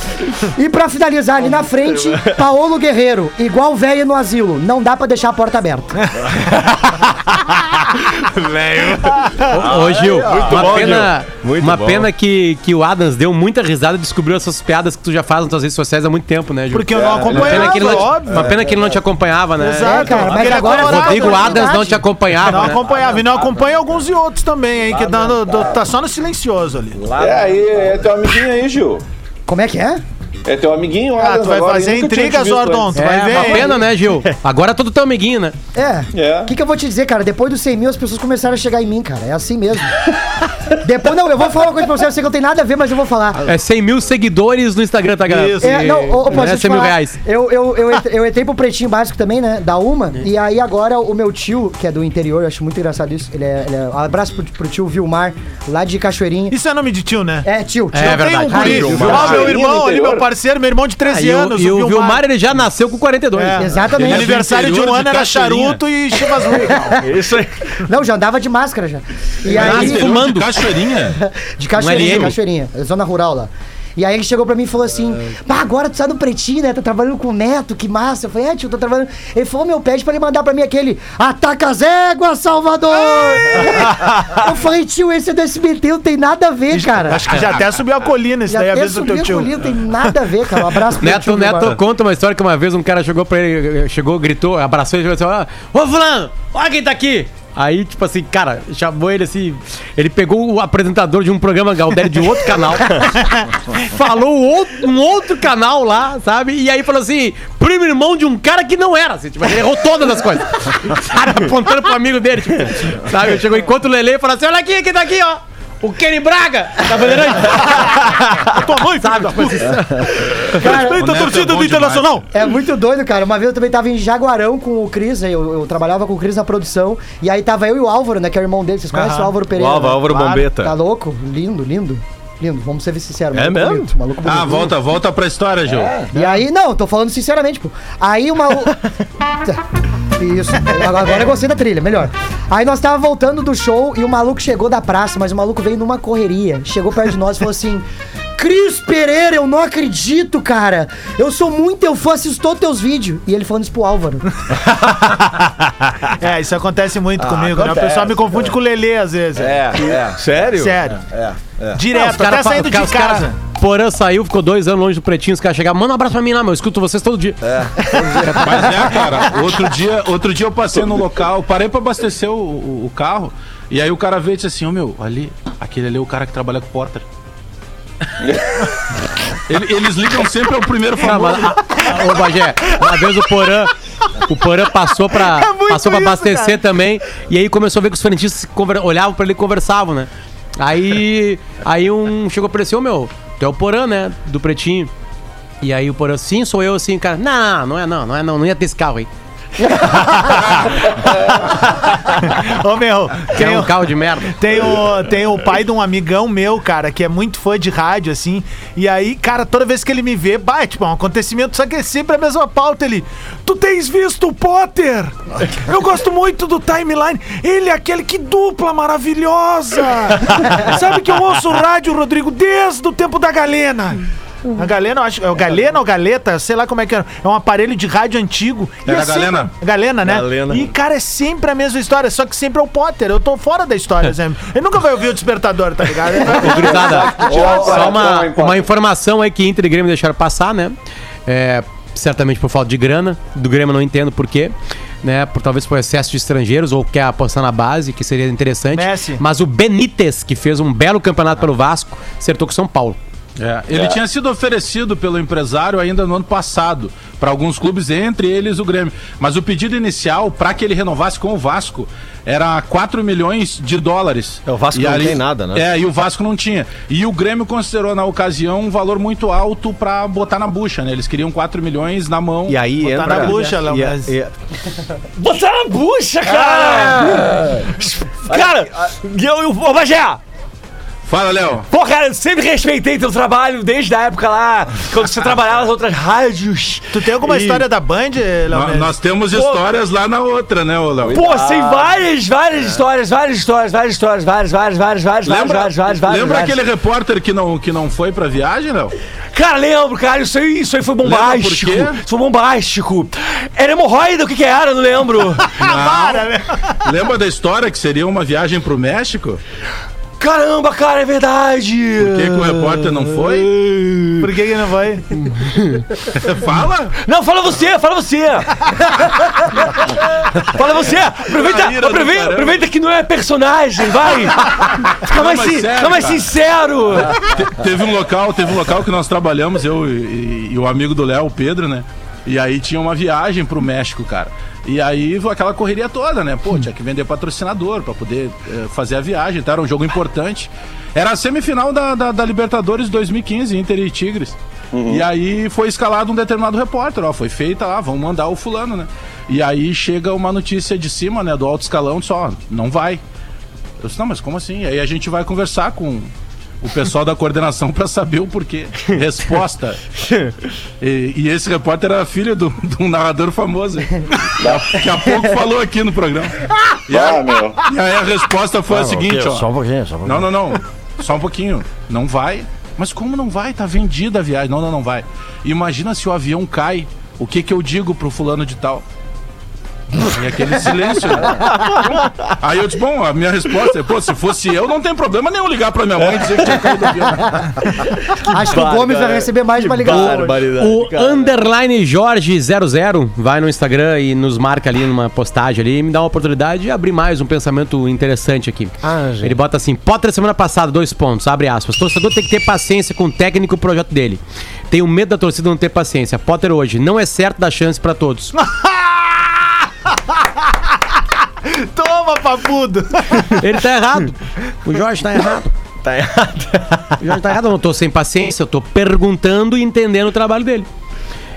Speaker 7: E pra finalizar ali na frente, Paolo Guerreiro, igual velho no asilo. Não dá pra deixar a porta aberta.
Speaker 3: Ah,
Speaker 8: Ô,
Speaker 3: é,
Speaker 8: ô, Gil, uma,
Speaker 4: bom,
Speaker 8: pena,
Speaker 4: Gil. Muito
Speaker 8: uma
Speaker 4: bom.
Speaker 8: pena que, que o Adams deu muita risada e descobriu essas piadas que tu já faz nas tuas redes sociais há muito tempo, né, Gil?
Speaker 6: É.
Speaker 3: Porque eu não
Speaker 8: uma pena, que ele
Speaker 3: acompanhava,
Speaker 8: não te,
Speaker 3: óbvio.
Speaker 8: uma pena que ele não te acompanhava, né?
Speaker 3: Exato.
Speaker 2: Ah,
Speaker 7: É, cara, mas
Speaker 3: Aquele
Speaker 7: agora
Speaker 3: agora
Speaker 7: voltou
Speaker 8: Rodrigo
Speaker 7: a
Speaker 8: Adams
Speaker 7: oportunidade.
Speaker 8: não te acompanhava,
Speaker 3: Não
Speaker 8: né?
Speaker 3: acompanhava, e não acompanha alguns e outros também, hein? Que tá, no- tá só no silencioso ali.
Speaker 5: É, aí, é teu amiguinho aí, Gil.
Speaker 7: Como é que é?
Speaker 5: É teu amiguinho,
Speaker 3: Ah,
Speaker 5: Adams,
Speaker 3: tu vai
Speaker 5: agora, eu
Speaker 3: fazer
Speaker 5: nunca tinha te
Speaker 3: intrigas,
Speaker 5: visto
Speaker 3: Ordon, tu
Speaker 5: antes.
Speaker 3: vai
Speaker 8: É,
Speaker 3: ver.
Speaker 8: uma
Speaker 3: hein?
Speaker 8: pena, né, Gil? Agora todo teu amiguinho, né?
Speaker 7: É.
Speaker 5: É.
Speaker 7: O que, que eu vou te dizer, cara? Depois do 100 mil, as pessoas começaram a chegar em mim, cara. É assim
Speaker 8: [LAUGHS]
Speaker 7: mesmo. Depois, não, eu vou falar uma coisa pra você. Eu sei que não tem nada a ver, mas eu vou falar.
Speaker 8: É 100 mil seguidores no Instagram, tá, galera?
Speaker 3: Isso.
Speaker 7: É, não, ô, ô,
Speaker 8: Não
Speaker 7: posso
Speaker 8: é
Speaker 7: te
Speaker 8: 100 mil
Speaker 7: falar?
Speaker 8: reais.
Speaker 7: Eu, eu, eu, entre- eu entrei pro pretinho básico também, né? Da uma. E aí agora o meu tio, que é do interior, eu acho muito engraçado isso. Ele é. ele é- abraço pro, pro tio Vilmar, lá de Cachoeirinha.
Speaker 3: Isso é nome de tio, né?
Speaker 7: É, tio, tio.
Speaker 8: É
Speaker 3: Tem um
Speaker 8: verdade.
Speaker 3: guri.
Speaker 7: Raio,
Speaker 3: Ó, meu
Speaker 5: Raio,
Speaker 3: irmão
Speaker 5: no
Speaker 3: ali,
Speaker 5: interior.
Speaker 3: meu parceiro, meu irmão de 13
Speaker 8: e o-
Speaker 3: anos.
Speaker 8: e o Vilmar, ele já nasceu com 42.
Speaker 3: É.
Speaker 7: Exatamente.
Speaker 3: Ele Aniversário de um ano era charuto e chivas ruim.
Speaker 4: Isso aí.
Speaker 7: Não, já andava de máscara já. E
Speaker 6: Ah,
Speaker 7: aí,
Speaker 6: interior de Cachoeirinha?
Speaker 7: De
Speaker 3: é
Speaker 7: Cachoeirinha,
Speaker 8: LM.
Speaker 7: de Cachoeirinha, É zona rural lá. E aí ele chegou pra mim e falou assim: Bah, agora tu sai do pretinho, né? Tá trabalhando com o neto, que massa. Eu falei, é, tio, tô trabalhando. Ele falou, meu, pede pra ele mandar pra mim aquele Ataca as éguas, Salvador! eu falei, tio, esse é do SBT, não tem nada a ver, cara.
Speaker 3: Acho que já até subiu a colina isso
Speaker 7: Já
Speaker 3: daí,
Speaker 7: até
Speaker 3: avisa o
Speaker 7: subiu
Speaker 3: teu
Speaker 7: a
Speaker 3: tio.
Speaker 7: colina, tem nada a ver, cara. Um abraço pro
Speaker 8: Neto,
Speaker 7: tio,
Speaker 8: Neto
Speaker 7: Gilmar.
Speaker 8: conta uma história que uma vez um cara chegou pra ele, chegou, gritou, abraçou ele e falou assim: ó, Ô Fulano, olha quem tá aqui! Aí, tipo assim, cara, chamou ele assim. Ele pegou o apresentador de um programa Galdério de outro canal, [LAUGHS] falou outro, um outro canal lá, sabe? E aí falou assim: primo irmão de um cara que não era, assim, tipo, ele errou todas as coisas. Cara, [LAUGHS] apontando pro amigo dele, tipo, sabe? Chegou enquanto o Lele e falou assim: olha aqui, quem tá aqui, ó. O Kenny Braga, da Bandeirante.
Speaker 3: Tua mãe, filho da puta. [LAUGHS]
Speaker 6: O
Speaker 3: Respeita a
Speaker 6: Neto
Speaker 3: torcida
Speaker 6: é bom
Speaker 3: do
Speaker 6: demais.
Speaker 3: Internacional.
Speaker 7: É muito doido, cara. Uma vez eu também tava em Jaguarão com o Cris, aí eu, eu trabalhava com o Cris na produção, e aí tava eu e o Álvaro, né, que é o irmão dele. Vocês conhecem o Álvaro Pereira?
Speaker 9: Álvaro,
Speaker 7: né?
Speaker 9: Álvaro Bombeta.
Speaker 7: Tá louco? Lindo, lindo. Lindo, vamos ser sinceros.
Speaker 9: É
Speaker 7: maluco
Speaker 9: mesmo?
Speaker 7: bonito, maluco bonito. É.
Speaker 6: Ah, volta, volta pra história, Gil.
Speaker 7: E aí, não, tô falando sinceramente, pô. Aí uma. [LAUGHS] o- Isso, agora eu gostei da trilha, melhor. Aí nós tava voltando do show e o maluco chegou da praça, mas o maluco veio numa correria. Chegou perto de nós e falou assim. Cris Pereira, eu não acredito, cara. Eu sou muito teu fã, assisto todos teus vídeos. E ele falando isso pro Álvaro.
Speaker 3: É, isso acontece muito comigo, né? O pessoal me confunde com o Lelê às vezes.
Speaker 2: É, é.
Speaker 9: Sério?
Speaker 3: Sério. é.
Speaker 8: Não, os
Speaker 3: Direto,
Speaker 8: cara
Speaker 3: até
Speaker 8: fa-
Speaker 3: saindo
Speaker 8: os cara- os
Speaker 3: de
Speaker 8: cara-
Speaker 3: casa.
Speaker 8: Porã saiu, ficou dois anos longe do Pretinho, os caras chegaram, manda um abraço pra mim lá, meu, eu escuto vocês todo dia.
Speaker 6: Mas é, cara, outro dia, outro dia eu passei no local, parei pra abastecer o, o- o carro, e aí o cara veio e disse assim, ô meu, ali, aquele ali é o cara que trabalha com porta. Ele- eles ligam sempre ao primeiro
Speaker 8: Ah,
Speaker 6: famoso.
Speaker 8: mas, ah, ah, ô, Bagé, uma vez o Porã, o Porã passou pra,
Speaker 3: É
Speaker 8: passou pra abastecer também, e aí começou a ver que os frentistas conver- olhavam pra ele e conversavam, né? Aí, aí um chegou pra ele assim, ô meu, tu é o Porã, né, do Pretinho. E aí o Porã, sim, sou eu, assim, cara, não, não é não, não é não, não ia ter esse carro aí.
Speaker 3: Ô, meu,
Speaker 8: Que
Speaker 3: tem
Speaker 8: é um
Speaker 3: o-
Speaker 8: carro de merda.
Speaker 3: Tem o, tem o pai de um amigão meu, cara, que é muito fã de rádio, assim. E aí, cara, toda vez que ele me vê, bah, é tipo, é um acontecimento, só que é sempre a mesma pauta. Ele, tu tens visto o Potter? Eu gosto muito do timeline. Ele é aquele que dupla maravilhosa. Sabe que eu ouço rádio, Rodrigo, desde o tempo da Galena. A Galena, eu acho. É o Galena ou Galeta? Sei lá como é que era. É um aparelho de rádio antigo. E
Speaker 6: Era
Speaker 3: é sempre-
Speaker 6: Galena?
Speaker 3: Galena, né?
Speaker 9: Galena.
Speaker 3: E, cara, é sempre a mesma história, só que sempre é o Potter. Eu tô fora da
Speaker 4: É.
Speaker 3: história, Zé. Ele nunca vai ouvir o despertador, tá ligado? Ele vai-
Speaker 8: Ô, gurizada,
Speaker 3: [LAUGHS]
Speaker 8: só uma,
Speaker 5: Toma em conta.
Speaker 8: uma informação aí que Inter e Grêmio deixaram passar, né? É, certamente por falta de grana. Do Grêmio eu não entendo por quê. Né, por, talvez por excesso de estrangeiros ou quer apostar na base, que seria interessante.
Speaker 3: Messi.
Speaker 8: Mas o Benítez, que fez um belo campeonato pelo Vasco, acertou com o São Paulo.
Speaker 6: É, ele tinha sido oferecido pelo empresário ainda no ano passado, para alguns clubes, entre eles o Grêmio. Mas o pedido inicial para que ele renovasse com o Vasco era 4 milhões de dólares.
Speaker 9: É, o Vasco não tem nada, né?
Speaker 6: É, e o Vasco não tinha. E o Grêmio considerou na ocasião um valor muito alto para botar na bucha, né? Eles queriam 4 milhões na mão.
Speaker 9: E aí
Speaker 3: Botar
Speaker 9: entra.
Speaker 3: na bucha, Léo,
Speaker 9: e-
Speaker 6: é-
Speaker 3: mas-
Speaker 9: e-
Speaker 4: [LAUGHS] Botar na
Speaker 6: Ah!
Speaker 4: bucha, cara! Cara, eu, eu, ô Bagé,
Speaker 6: Fala, Léo.
Speaker 4: pô, cara, eu sempre respeitei teu trabalho desde a época lá, quando você trabalhava nas outras rádios.
Speaker 3: Tu tem alguma
Speaker 4: [LAUGHS] E-
Speaker 3: história da Band, Léo?
Speaker 6: Nó-
Speaker 3: Mendes?
Speaker 6: Nós temos histórias lá na outra, né, ô Léo?
Speaker 4: Pô, tem várias, várias histórias, várias histórias, várias histórias, várias, várias, várias, várias, várias,
Speaker 6: Lembra,
Speaker 4: várias, várias, várias.
Speaker 6: lembra
Speaker 4: várias.
Speaker 6: aquele repórter que não, que não foi pra viagem, Léo?
Speaker 4: Cara, lembro, cara, isso aí, isso aí foi bombástico.
Speaker 6: Lembra por quê?
Speaker 4: Isso foi bombástico. Era hemorroida, o que que era? Eu
Speaker 6: [LAUGHS]
Speaker 4: Não lembro.
Speaker 6: Lembra da história que seria uma viagem pro México?
Speaker 4: Caramba, cara, é verdade.
Speaker 6: Por que, que o repórter não foi?
Speaker 3: [LAUGHS] Por que, que não vai?
Speaker 6: Fala!
Speaker 4: Não, fala você, fala você. fala você. Aproveita,
Speaker 6: Caíra do
Speaker 4: aproveita,
Speaker 6: caramba.
Speaker 4: aproveita que não é personagem, vai. Fica mais,
Speaker 6: mas
Speaker 4: sin-
Speaker 6: sério,
Speaker 4: fica mais
Speaker 6: cara.
Speaker 4: sincero.
Speaker 6: Te- teve um local, teve um local que nós trabalhamos, eu e, e- e o amigo do Léo, o Pedro, né? E aí tinha uma viagem pro México, cara. E aí foi aquela correria toda, né? Pô, tinha que vender patrocinador pra poder eh, fazer a viagem, tá? Era um jogo importante. Era a semifinal da, da, da Libertadores 2015, Inter e Tigres. E aí foi escalado um determinado repórter, ó, foi feita lá, vamos mandar o fulano, né? E aí chega uma notícia de cima, né, do alto escalão, só, não vai. Eu disse, não, mas como assim? Aí a gente vai conversar com o pessoal da coordenação pra saber o porquê. Resposta. E, e esse repórter era filho do- de um narrador famoso. hein? Que há pouco falou aqui no programa. E
Speaker 5: Ah,
Speaker 6: a,
Speaker 5: meu.
Speaker 6: e aí a resposta foi
Speaker 1: Ah,
Speaker 6: a
Speaker 1: não,
Speaker 6: seguinte,
Speaker 1: ok,
Speaker 6: ó.
Speaker 1: Só um pouquinho, só um pouquinho.
Speaker 6: Não, não, não. Só um pouquinho. Não vai. Mas como não vai? Tá vendida a viagem. Não, não, não vai. Imagina se o avião cai. O que que eu digo pro fulano de tal? E aquele silêncio. né? Aí eu disse, bom, a minha resposta é, pô, se fosse eu, não tem problema nenhum ligar pra minha mãe e dizer que tinha caído o avião.
Speaker 7: Acho que o Gomes vai receber mais uma ligação. hoje.
Speaker 1: Tá,
Speaker 8: O
Speaker 1: né?
Speaker 8: underline Jorge00 vai no Instagram e nos marca ali numa postagem ali e me dá uma oportunidade de abrir mais um pensamento interessante aqui.
Speaker 1: Ah,
Speaker 8: Ele bota assim: Potter semana passada, dois pontos, abre aspas. Torcedor tem que ter paciência com o técnico e o projeto dele. Tenho medo da torcida não ter paciência. Potter hoje, não é certo dar chance
Speaker 1: [LAUGHS]
Speaker 8: pra todos.
Speaker 3: Toma, papudo!
Speaker 8: Ele tá errado. O Jorge tá errado.
Speaker 1: [LAUGHS] Tá errado.
Speaker 8: O Jorge tá errado, eu não tô sem paciência, eu tô perguntando e entendendo o trabalho dele.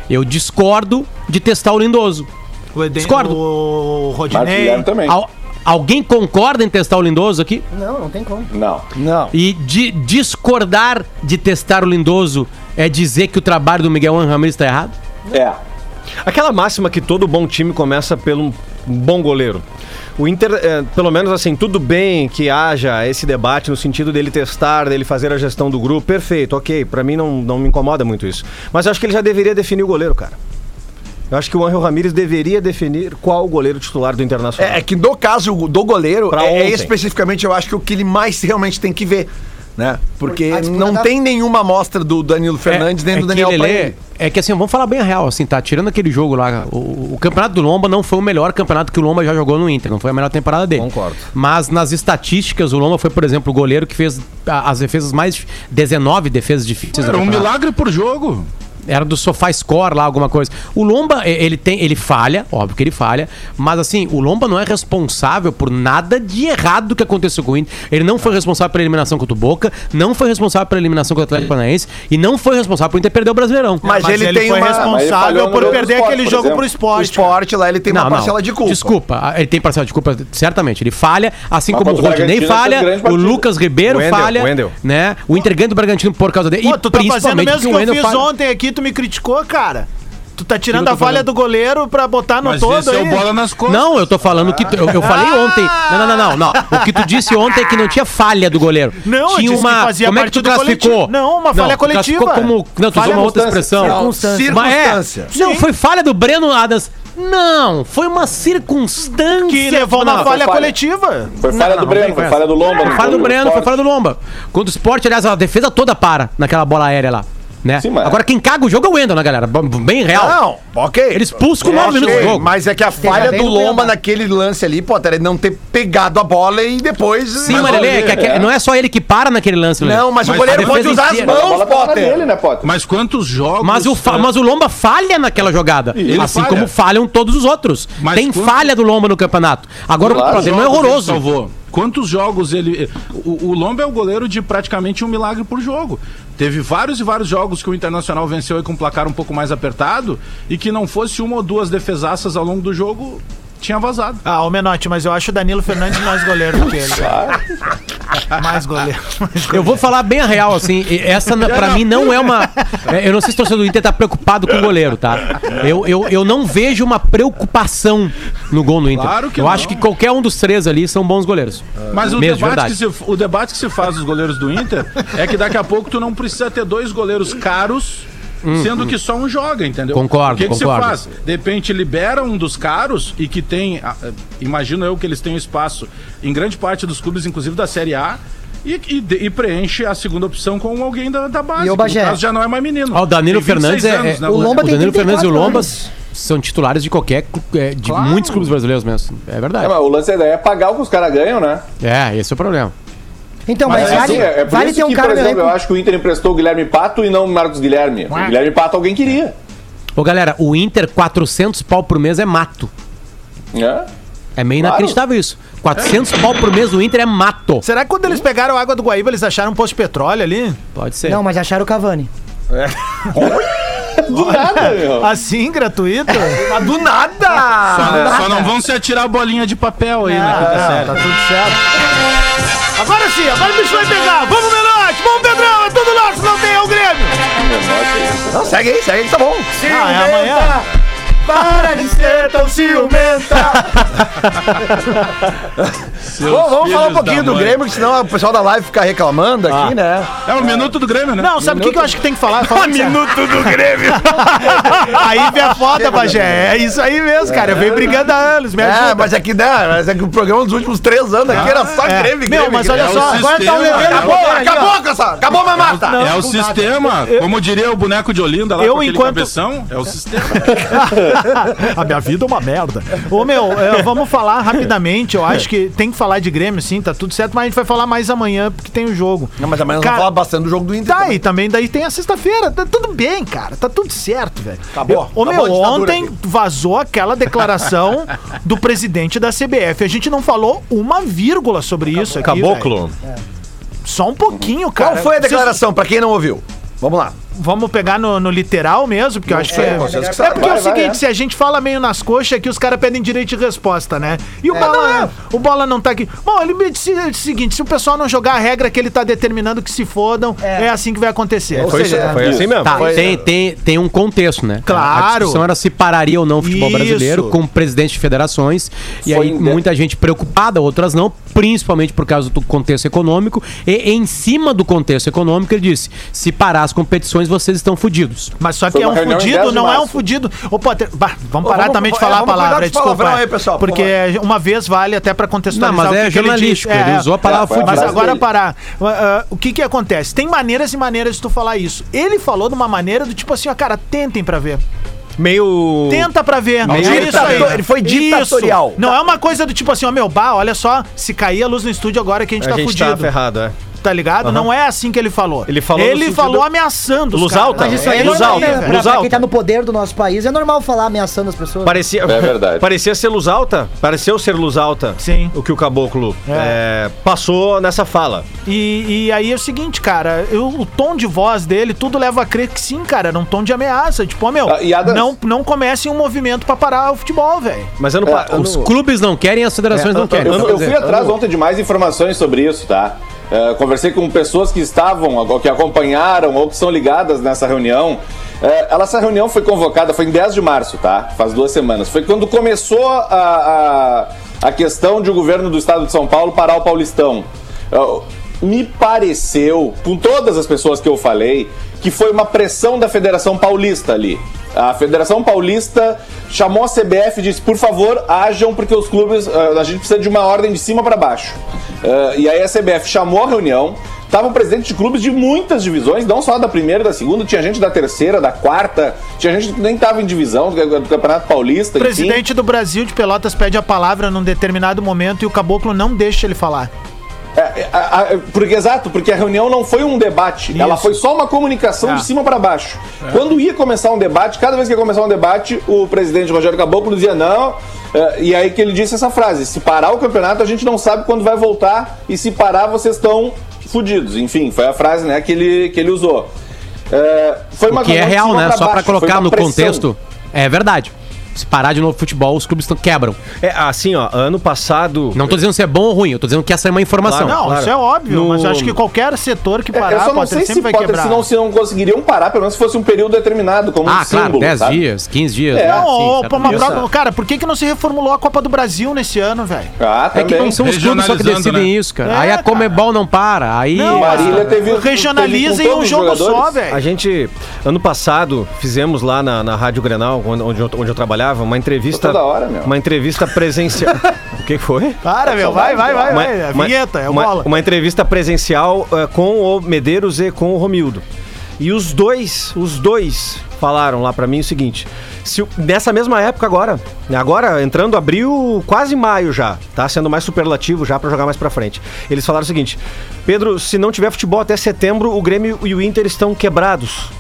Speaker 8: Eu discordo de testar o Lindoso.
Speaker 3: O Eden,
Speaker 8: Discordo.
Speaker 3: O
Speaker 5: Marcos
Speaker 3: Rodinei.
Speaker 5: Guilherme também.
Speaker 8: Al- alguém concorda em testar o Lindoso aqui?
Speaker 7: Não, não tem como.
Speaker 5: Não.
Speaker 10: Não.
Speaker 8: E de- discordar de testar o Lindoso é dizer que o trabalho do Miguel Angel Ramírez está errado?
Speaker 5: É.
Speaker 9: Aquela máxima que todo bom time começa pelo bom goleiro. O Inter, eh, pelo menos assim, tudo bem que haja esse debate no sentido dele testar, dele fazer a gestão do grupo, perfeito, ok. Pra mim não, não me incomoda muito isso. Mas eu acho que ele já deveria definir o goleiro, cara. Eu acho que o Angel Ramírez deveria definir qual o goleiro titular do Internacional.
Speaker 12: É, é que do caso do goleiro,
Speaker 9: Pra
Speaker 12: é, é
Speaker 9: ontem.
Speaker 12: especificamente eu acho que o que ele mais realmente tem que ver. Né? Porque
Speaker 7: A disputa
Speaker 12: não
Speaker 7: da-
Speaker 12: tem nenhuma amostra do Danilo Fernandes nem do
Speaker 8: É, que
Speaker 12: Daniel
Speaker 8: ele lê-
Speaker 12: Paim.
Speaker 8: É que assim, vamos falar bem a real, assim, tá? Tirando aquele jogo lá, o, o campeonato do Lomba não foi o melhor campeonato que o Lomba já jogou no Inter, não foi a melhor temporada dele.
Speaker 9: Concordo.
Speaker 8: Mas nas estatísticas, o Lomba foi, por exemplo, o goleiro que fez a- as defesas mais. 19 defesas difíceis. do
Speaker 6: Era um
Speaker 8: campeonato.
Speaker 6: milagre por jogo.
Speaker 8: Era do Sofá Score lá, alguma coisa. O Lomba, e- ele tem, ele falha, óbvio que ele falha, mas assim, o Lomba não é responsável por nada de errado que aconteceu com o Inter. Ele não foi responsável pela eliminação contra o Boca, não foi responsável pela eliminação contra o Atlético Paranaense e não foi responsável por Inter perder o Brasileirão.
Speaker 12: Mas, ele, tem
Speaker 3: foi
Speaker 12: uma.
Speaker 5: Mas ele
Speaker 3: responsável
Speaker 5: falhou
Speaker 3: por
Speaker 5: no
Speaker 3: perder
Speaker 5: esporte,
Speaker 3: aquele
Speaker 5: por
Speaker 3: jogo
Speaker 5: exemplo.
Speaker 3: pro
Speaker 12: O
Speaker 3: esporte.
Speaker 12: esporte lá, ele tem uma parcela de culpa.
Speaker 8: Desculpa, ah, ele tem parcela de culpa, certamente. Ele falha, assim
Speaker 5: Mas
Speaker 8: como o
Speaker 5: contra o
Speaker 8: Rodinei
Speaker 5: Bragantino, fez
Speaker 8: falha,
Speaker 5: grande
Speaker 8: o
Speaker 5: partida.
Speaker 8: Lucas Ribeiro
Speaker 9: Wendel,
Speaker 8: falha,
Speaker 9: Wendel.
Speaker 8: né? O Inter ganha do Bragantino por causa dele.
Speaker 3: Pô,
Speaker 8: e
Speaker 3: tu tá fazendo o
Speaker 8: principalmente
Speaker 3: mesmo que, eu
Speaker 8: Wendel
Speaker 3: fiz
Speaker 8: falha.
Speaker 3: ontem aqui, tu me criticou, cara. Tu tá tirando
Speaker 8: eu
Speaker 3: a
Speaker 8: tô
Speaker 3: falha
Speaker 8: falando?
Speaker 3: do goleiro pra botar no
Speaker 6: Mas
Speaker 3: todo
Speaker 6: esse é
Speaker 3: aí.
Speaker 6: o bola nas costas.
Speaker 8: Não, eu tô falando que tu- eu, eu
Speaker 3: Ah!
Speaker 8: falei ontem. Não, não, não, não, não. O que tu disse ontem é que não tinha falha do goleiro.
Speaker 3: Não, eu
Speaker 8: tinha
Speaker 3: disse que fazia
Speaker 8: Como é que tu
Speaker 3: parte do
Speaker 8: classificou?
Speaker 3: coletivo. Não, uma falha
Speaker 8: tu classificou
Speaker 3: coletiva.
Speaker 8: Como... Não, tu
Speaker 3: Falha
Speaker 8: usou uma outra
Speaker 5: circunstância.
Speaker 8: expressão.
Speaker 12: Circunstância.
Speaker 8: Mas é,
Speaker 12: Circunstância.
Speaker 8: Não, foi falha do Breno Adams. Não, foi uma circunstância
Speaker 3: Que levou
Speaker 8: Não,
Speaker 3: na
Speaker 8: foi
Speaker 3: é falha
Speaker 5: falha.
Speaker 3: coletiva.
Speaker 5: Foi falha
Speaker 8: não,
Speaker 5: do
Speaker 8: não vem
Speaker 5: Breno,
Speaker 8: com
Speaker 5: foi
Speaker 8: essa.
Speaker 5: falha do Lomba.
Speaker 8: Foi
Speaker 5: no
Speaker 8: falha do
Speaker 5: jogo
Speaker 8: Breno, foi
Speaker 5: esporte.
Speaker 8: falha do Lomba. Quando o esporte, aliás, a defesa toda para naquela bola aérea lá. Né?
Speaker 5: Sim, mas-
Speaker 8: Agora quem caga o jogo é o Wendel, né, galera? B- Bem real.
Speaker 12: Não, ok.
Speaker 8: Ele expulsa com
Speaker 12: Ok,
Speaker 8: nove minutos do jogo.
Speaker 12: Mas é que a falha
Speaker 7: bem
Speaker 12: do
Speaker 7: no
Speaker 12: Lomba
Speaker 7: Lomba.
Speaker 12: naquele lance ali, pô, era ele não ter pegado a bola e depois.
Speaker 8: Sim, mas Lelê, que- que-
Speaker 5: é.
Speaker 8: não é só ele que para naquele lance, né? Lelê.
Speaker 12: Não, mas,
Speaker 6: Mas
Speaker 12: o
Speaker 8: a
Speaker 12: goleiro pode
Speaker 8: defesa
Speaker 12: usar as
Speaker 8: inteira-
Speaker 5: Mas a
Speaker 12: mãos,
Speaker 5: bola tava na
Speaker 12: Potter.
Speaker 5: dele, né, Potter?
Speaker 6: Mas quantos jogos...
Speaker 8: Mas o, fa- mas o Lomba falha naquela jogada.
Speaker 6: É. Ele
Speaker 8: assim
Speaker 6: falha.
Speaker 8: como falham todos os outros.
Speaker 6: Mas
Speaker 8: Tem
Speaker 6: quanto-
Speaker 8: falha do Lomba no campeonato. Agora o
Speaker 6: Quantos
Speaker 8: problema é
Speaker 6: jogos ele
Speaker 8: horroroso.
Speaker 6: Salvou. Quantos jogos ele. O, o Lomba é o goleiro de praticamente um milagre por jogo. Teve vários e vários jogos que o Internacional venceu e com um placar um pouco mais apertado e que não fosse uma ou duas defesaças ao longo do jogo, tinha vazado.
Speaker 3: Ah, o Menotti, mas eu acho o Danilo Fernandes mais goleiro do que ele. mais goleiro. [LAUGHS]
Speaker 8: Eu vou falar bem a real, assim. e Essa,
Speaker 6: [LAUGHS]
Speaker 8: na- pra mim, não é uma. é, Eu não sei se o torcedor do Inter tá preocupado com o goleiro, tá? Eu, eu, eu não vejo uma preocupação no gol no Inter.
Speaker 6: Claro que
Speaker 8: eu
Speaker 6: não.
Speaker 8: acho que qualquer um dos três ali são bons goleiros.
Speaker 6: Mas o
Speaker 8: Mesmo,
Speaker 6: debate,
Speaker 8: verdade.
Speaker 6: que se, o debate que se faz dos goleiros do Inter é que daqui a pouco tu não precisa ter dois goleiros caros. Sendo que só um joga, entendeu?
Speaker 8: Hum. Concordo,
Speaker 6: O que, que se
Speaker 8: concordo.
Speaker 6: faz? De repente libera um dos caros e que tem. ah, eh, Imagino eu que eles têm um espaço em grande parte dos clubes, inclusive da Série A, e, e de- e preenche a segunda opção com alguém da, da base.
Speaker 7: E o
Speaker 6: que
Speaker 7: Bagé?
Speaker 6: No caso já não é mais menino.
Speaker 8: Ó, o Danilo
Speaker 6: Tem 26
Speaker 8: Fernandes é.
Speaker 6: anos,
Speaker 8: é-
Speaker 6: né,
Speaker 8: o,
Speaker 7: Lomba tem
Speaker 8: Danilo Fernandes e o
Speaker 7: 34
Speaker 8: Lomba
Speaker 7: anos.
Speaker 8: são titulares de qualquer. clu- é, de
Speaker 6: Claro.
Speaker 8: muitos clubes brasileiros mesmo. É verdade.
Speaker 5: É, mas o lance daí é pagar o que os caras ganham, né?
Speaker 8: É, esse é o problema.
Speaker 7: Então, mas,
Speaker 5: Mas,
Speaker 7: vale,
Speaker 5: assim, é, é por
Speaker 7: vale
Speaker 5: isso
Speaker 7: ter um
Speaker 5: que,
Speaker 7: cara
Speaker 5: por
Speaker 7: no
Speaker 5: exemplo, eu
Speaker 7: elenco.
Speaker 5: acho que o Inter emprestou o Guilherme Pato e não o Marcos Guilherme. O Guilherme Pato é alguém queria.
Speaker 8: Ô, galera, o Inter, 400 pau por mês é mato.
Speaker 5: né?
Speaker 8: É meio
Speaker 5: Claro.
Speaker 8: inacreditável isso. 400 pau por mês o Inter é mato.
Speaker 3: Será que quando eles pegaram a água do Guaíba, eles acharam um posto de petróleo ali?
Speaker 8: Pode ser.
Speaker 7: Não, mas acharam o Cavani.
Speaker 5: Do nada, meu.
Speaker 3: Assim, [LAUGHS] gratuito?
Speaker 12: Ah, do nada!
Speaker 6: Só, Ah, só não vão se atirar bolinha de papel aí, né?
Speaker 3: tá tudo certo. Agora sim, agora o bicho vai pegar. Vamos, Menotti, vamos é
Speaker 5: menor
Speaker 2: Não, segue aí, segue aí que tá bom.
Speaker 3: Ah, é amanhã?
Speaker 12: Para de ser tão ciumenta!
Speaker 2: Bom, vamos falar um
Speaker 6: filhos
Speaker 2: pouquinho
Speaker 6: da
Speaker 2: do
Speaker 6: mãe.
Speaker 2: Grêmio, que senão o pessoal da live fica reclamando
Speaker 8: Ah.
Speaker 2: aqui, né?
Speaker 6: É o minuto do Grêmio, né?
Speaker 3: Não, sabe o que, que eu acho que tem que falar? [LAUGHS] Fala sério.
Speaker 4: do Grêmio.
Speaker 3: [LAUGHS] Aí vem a foda, Bagé. É isso aí mesmo, cara. Eu
Speaker 6: É.
Speaker 3: venho brigando há anos. Me ajuda.
Speaker 2: É, mas é que dá, mas é que o programa dos últimos três anos aqui era só
Speaker 3: É.
Speaker 2: Grêmio, Grêmio.
Speaker 3: Meu, mas
Speaker 2: Grêmio.
Speaker 3: olha só,
Speaker 6: É o
Speaker 3: agora tá
Speaker 6: sistema,
Speaker 3: levando
Speaker 6: cara.
Speaker 3: a bola.
Speaker 2: Acabou, acabou, cansado. Acabou a mamata.
Speaker 6: é o sistema. Como diria o boneco de Olinda lá
Speaker 3: Eu,
Speaker 6: com aquele
Speaker 3: enquanto-
Speaker 6: cabeção, é
Speaker 8: [LAUGHS]
Speaker 6: o sistema.
Speaker 3: a minha vida é uma merda. Ô, meu, é, vamos falar rapidamente. Eu acho que tem que falar de Grêmio, sim, tá tudo certo, mas a gente vai falar mais amanhã, porque tem o jogo.
Speaker 2: Não, mas amanhã nós vamos
Speaker 3: Cara,
Speaker 2: falar bastante do jogo do Inter.
Speaker 3: Tá,
Speaker 2: também.
Speaker 3: e também daí tem a sexta-feira. Tá tudo bem, cara. Tá tudo certo, velho.
Speaker 2: Tá bom,
Speaker 3: Ô,
Speaker 2: tá
Speaker 3: meu,
Speaker 2: bom a ditadura
Speaker 3: ontem
Speaker 2: aqui.
Speaker 3: vazou aquela
Speaker 2: [LAUGHS]
Speaker 3: declaração do presidente da CBF. A gente não falou uma vírgula sobre isso aqui. velho. É.
Speaker 1: Caboclo.
Speaker 3: Só um pouquinho, cara.
Speaker 2: Uhum. Qual foi a
Speaker 3: Vocês-
Speaker 2: declaração, pra quem não ouviu? Vamos lá.
Speaker 3: Vamos pegar no, no literal mesmo, porque eu acho que é.
Speaker 2: vocês que
Speaker 3: É
Speaker 2: sabem.
Speaker 3: porque é o
Speaker 2: Vai, vai,
Speaker 3: seguinte,
Speaker 2: é.
Speaker 3: se a gente fala meio nas coxas aqui, os caras pedem direito de resposta, né? E o
Speaker 2: É,
Speaker 3: Bola. O Bola não tá aqui. Bom, ele me disse o seguinte: se o pessoal não jogar a regra que ele tá determinando que se fodam, é, assim que vai acontecer.
Speaker 2: Foi, isso-
Speaker 9: Foi assim mesmo.
Speaker 8: Tá, tem, tem, tem um contexto, né?
Speaker 3: Claro.
Speaker 8: A discussão era se pararia ou não o futebol
Speaker 3: Isso.
Speaker 8: brasileiro com o presidente de federações. E
Speaker 5: Foi
Speaker 8: aí
Speaker 5: em de-
Speaker 8: muita gente preocupada, outras não, principalmente por causa do contexto econômico. E em cima do contexto econômico, ele disse: se parar as competições, vocês estão fodidos.
Speaker 3: Mas só
Speaker 5: Foi
Speaker 3: que é
Speaker 5: uma
Speaker 3: um
Speaker 5: reunião em
Speaker 3: fudido,
Speaker 5: 10 de
Speaker 3: não é um
Speaker 5: março.
Speaker 3: fudido. Ô, Potter, bah, vamos parar
Speaker 2: vamos-
Speaker 3: também de
Speaker 2: é,
Speaker 3: falar a
Speaker 2: vamos cuidar
Speaker 3: palavra,
Speaker 2: dos palavrão
Speaker 3: desculpa.
Speaker 2: aí, pessoal, por
Speaker 3: porque uma vez vale até pra contextualizar
Speaker 8: Não, mas
Speaker 3: o que
Speaker 8: é
Speaker 3: que ele disse.
Speaker 8: jornalístico, ele usou a palavra
Speaker 5: foi
Speaker 8: fudido.
Speaker 3: Mas
Speaker 5: atrás
Speaker 3: agora
Speaker 5: dele.
Speaker 3: parar. Ah, ah, o que que acontece? Tem maneiras e maneiras de tu falar isso. Ele falou de uma maneira do tipo assim, ó, cara, tentem pra ver.
Speaker 9: Meio.
Speaker 3: Tenta pra ver.
Speaker 2: ele ditator- ele foi ditatorial.
Speaker 3: Isso. Não é uma coisa do tipo assim, ó, meu, bah, olha só, se cair a luz no estúdio agora que a gente
Speaker 9: A
Speaker 3: tá
Speaker 9: gente tá
Speaker 3: fudido. Tá,
Speaker 9: ferrado, é.
Speaker 3: ligado? Não é assim que ele falou.
Speaker 9: Ele falou no
Speaker 3: Ele
Speaker 9: sentido-
Speaker 3: falou ameaçando os
Speaker 9: Luz
Speaker 8: Então,
Speaker 3: caras.
Speaker 9: alta?
Speaker 7: Mas isso aí é
Speaker 9: Luz
Speaker 7: normal,
Speaker 9: alta.
Speaker 7: né? Pra,
Speaker 9: Luz
Speaker 7: pra quem tá
Speaker 9: alta.
Speaker 7: no poder do nosso país, é normal falar ameaçando as pessoas.
Speaker 9: Parecia,
Speaker 5: É
Speaker 9: [LAUGHS]
Speaker 5: verdade.
Speaker 9: parecia ser luz alta. Pareceu ser luz alta.
Speaker 3: Sim.
Speaker 9: O que o caboclo eh, passou nessa fala.
Speaker 3: E, e aí é o seguinte, cara, eu- o tom de voz dele, tudo leva a crer que sim, cara, era um tom de ameaça. Tipo, ó, meu,
Speaker 5: Ah, e Adams?
Speaker 3: não, não comecem um movimento pra parar o futebol, velho.
Speaker 9: Mas ano,
Speaker 5: É,
Speaker 9: pa- ano-
Speaker 8: Os clubes não querem, as federações não querem.
Speaker 5: Eu, eu fui atrás ontem de mais informações sobre isso, tá? Eh, conversei com pessoas que estavam, ou que acompanharam, ou que são ligadas nessa reunião. Eh, ela, essa reunião foi convocada, foi em 10 de março, tá? Faz duas semanas. Foi quando começou a, a, a questão de o governo do estado de São Paulo parar o Paulistão. Eh, me pareceu, com todas as pessoas que eu falei, que foi uma pressão da Federação Paulista ali. A Federação Paulista chamou a CBF e disse: por favor, ajam, porque os clubes, ah, a gente precisa de uma ordem de cima para baixo. Ah, e aí a CBF chamou a reunião, estavam presidentes de clubes de muitas divisões, não só da primeira, da segunda, tinha gente da terceira, da quarta, tinha gente que nem estava em divisão do, do Campeonato Paulista.
Speaker 3: O
Speaker 5: enfim.
Speaker 3: presidente do Brasil de Pelotas pede a palavra num determinado momento e o caboclo não deixa ele falar.
Speaker 5: É, é, a- a- porque exato, porque a reunião não foi um debate, ela foi só uma comunicação
Speaker 8: Ah.
Speaker 5: de cima para baixo.
Speaker 8: É.
Speaker 5: Quando ia começar um debate, cada vez que ia começar um debate, o presidente Rogério Caboclo dizia não, é, e aí que ele disse essa frase: se parar o campeonato, a gente não sabe quando vai voltar, e se parar, vocês estão fudidos. Enfim, foi a frase né, que, ele, que ele usou. É, foi
Speaker 8: O que é
Speaker 5: reunião de
Speaker 8: real,
Speaker 5: cima
Speaker 8: né?
Speaker 5: pra
Speaker 8: Só pra
Speaker 5: baixo, foi
Speaker 8: colocar
Speaker 5: uma
Speaker 8: no
Speaker 5: pressão.
Speaker 8: contexto, é verdade. Se parar de novo o futebol, os clubes tão- quebram.
Speaker 9: é, assim, ó, ano passado.
Speaker 8: Não tô dizendo se é bom ou ruim, eu tô dizendo que essa é uma informação.
Speaker 3: não,
Speaker 9: claro.
Speaker 3: isso é óbvio,
Speaker 9: No-
Speaker 3: mas eu acho que qualquer setor que
Speaker 5: É,
Speaker 3: parar,
Speaker 5: eu só não
Speaker 3: Potter,
Speaker 5: sei se,
Speaker 3: sempre vai
Speaker 5: Potter,
Speaker 3: quebrar.
Speaker 5: se não, se não conseguiriam parar, pelo menos se fosse um período determinado, como um
Speaker 8: Ah,
Speaker 5: símbolo,
Speaker 8: claro, 10
Speaker 5: sabe?
Speaker 8: dias, 15 dias.
Speaker 5: É,
Speaker 8: né?
Speaker 3: Não,
Speaker 8: Sim,
Speaker 3: ô,
Speaker 8: certo.
Speaker 3: pô, uma prova- cara, por que, que não se reformulou a Copa do Brasil nesse ano, velho?
Speaker 5: Ah,
Speaker 8: É que
Speaker 5: também.
Speaker 8: não são os clubes só que
Speaker 6: Regionalizando,
Speaker 8: decidem
Speaker 6: né?
Speaker 8: isso, cara.
Speaker 3: É,
Speaker 8: aí a
Speaker 3: cara.
Speaker 8: Comebol não para. Aí.
Speaker 3: Não,
Speaker 5: Marília teve- um-
Speaker 3: Regionaliza
Speaker 5: teve
Speaker 3: em
Speaker 5: com
Speaker 3: um
Speaker 5: todos
Speaker 3: jogo
Speaker 5: os
Speaker 3: só,
Speaker 5: jogadores.
Speaker 9: A
Speaker 3: velho.
Speaker 9: gente, ano passado, fizemos lá na, na Rádio Grenal, onde, onde eu, onde eu trabalhava, uma entrevista.
Speaker 5: Tô toda hora, meu.
Speaker 9: Uma entrevista
Speaker 5: [LAUGHS]
Speaker 9: presencial. o que foi?
Speaker 3: Para, meu, vai,
Speaker 8: um
Speaker 3: vai, vai,
Speaker 9: Uma-
Speaker 3: vai. A
Speaker 9: uma-
Speaker 3: vinheta, é o
Speaker 9: uma,
Speaker 3: bola.
Speaker 9: uma entrevista presencial eh, com o Medeiros e com o Romildo. E os dois, os dois falaram lá pra mim o seguinte: se o- nessa mesma época agora, né, agora entrando abril, quase maio já, tá sendo mais superlativo já pra jogar mais pra frente. Eles falaram o seguinte: Pedro, se não tiver futebol até setembro, o Grêmio e o Inter estão quebrados.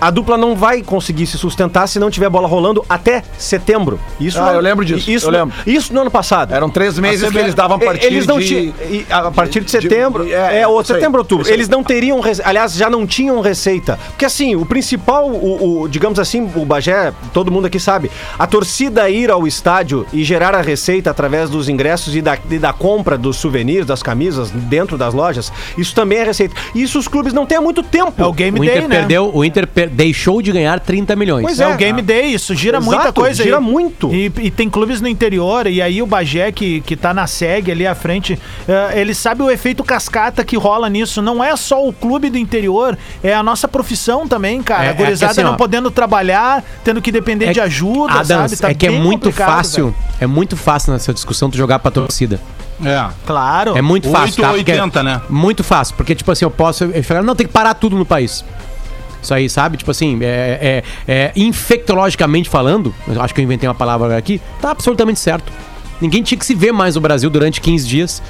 Speaker 9: a dupla não vai conseguir se sustentar se não tiver bola rolando até setembro. Isso
Speaker 2: Ah, eu lembro disso,
Speaker 9: Isso,
Speaker 2: eu lembro.
Speaker 9: isso no ano passado.
Speaker 2: Eram três meses que eles davam a partir
Speaker 9: Eles não
Speaker 2: de-
Speaker 9: tinham- e a partir de setembro,
Speaker 2: de- é,
Speaker 9: é, ou
Speaker 2: isso aí,
Speaker 9: setembro, outubro.
Speaker 2: isso aí.
Speaker 9: Eles não teriam, rece- aliás, já não tinham receita. Porque assim, o principal, o, o- digamos assim, o Bagé, todo mundo aqui sabe, a torcida ir ao estádio e gerar a receita através dos ingressos e da, e da compra dos souvenirs, das camisas dentro das lojas, isso também é receita. E isso os clubes não têm há muito tempo. É o
Speaker 3: Game
Speaker 8: O Inter perdeu, o Inter per- deixou de ganhar 30 milhões.
Speaker 3: né? Pois é, o Game Day, isso gira muita
Speaker 9: Exato,
Speaker 3: coisa.
Speaker 9: gira
Speaker 3: aí.
Speaker 9: muito.
Speaker 3: E, e tem clubes no interior, e aí o Bagé, que, que tá na SEG ali à frente, eh, ele sabe o efeito cascata que rola nisso. Não é só o clube do interior, é a nossa profissão também, cara.
Speaker 8: É,
Speaker 3: a
Speaker 8: é que
Speaker 3: gurizada
Speaker 8: assim, ó,
Speaker 3: não podendo trabalhar, tendo que depender de ajuda,
Speaker 8: É Adams,
Speaker 3: sabe? Tá
Speaker 8: é que é
Speaker 3: bem
Speaker 8: muito
Speaker 3: complicado,
Speaker 8: fácil,
Speaker 3: velho.
Speaker 8: é muito fácil nessa discussão tu jogar pra torcida.
Speaker 6: É.
Speaker 3: Claro.
Speaker 8: É muito fácil,
Speaker 6: 8
Speaker 8: tá?
Speaker 6: ou
Speaker 8: Porque
Speaker 6: 80,
Speaker 8: é
Speaker 6: né?
Speaker 8: Muito fácil, porque, tipo assim, eu posso. Eu falar, não, tem que parar tudo no país. Isso aí, sabe? Tipo assim, é, é- é, infectologicamente falando, eu acho que eu inventei uma palavra agora aqui, tá absolutamente certo. Ninguém tinha que se ver mais no Brasil durante 15 dias,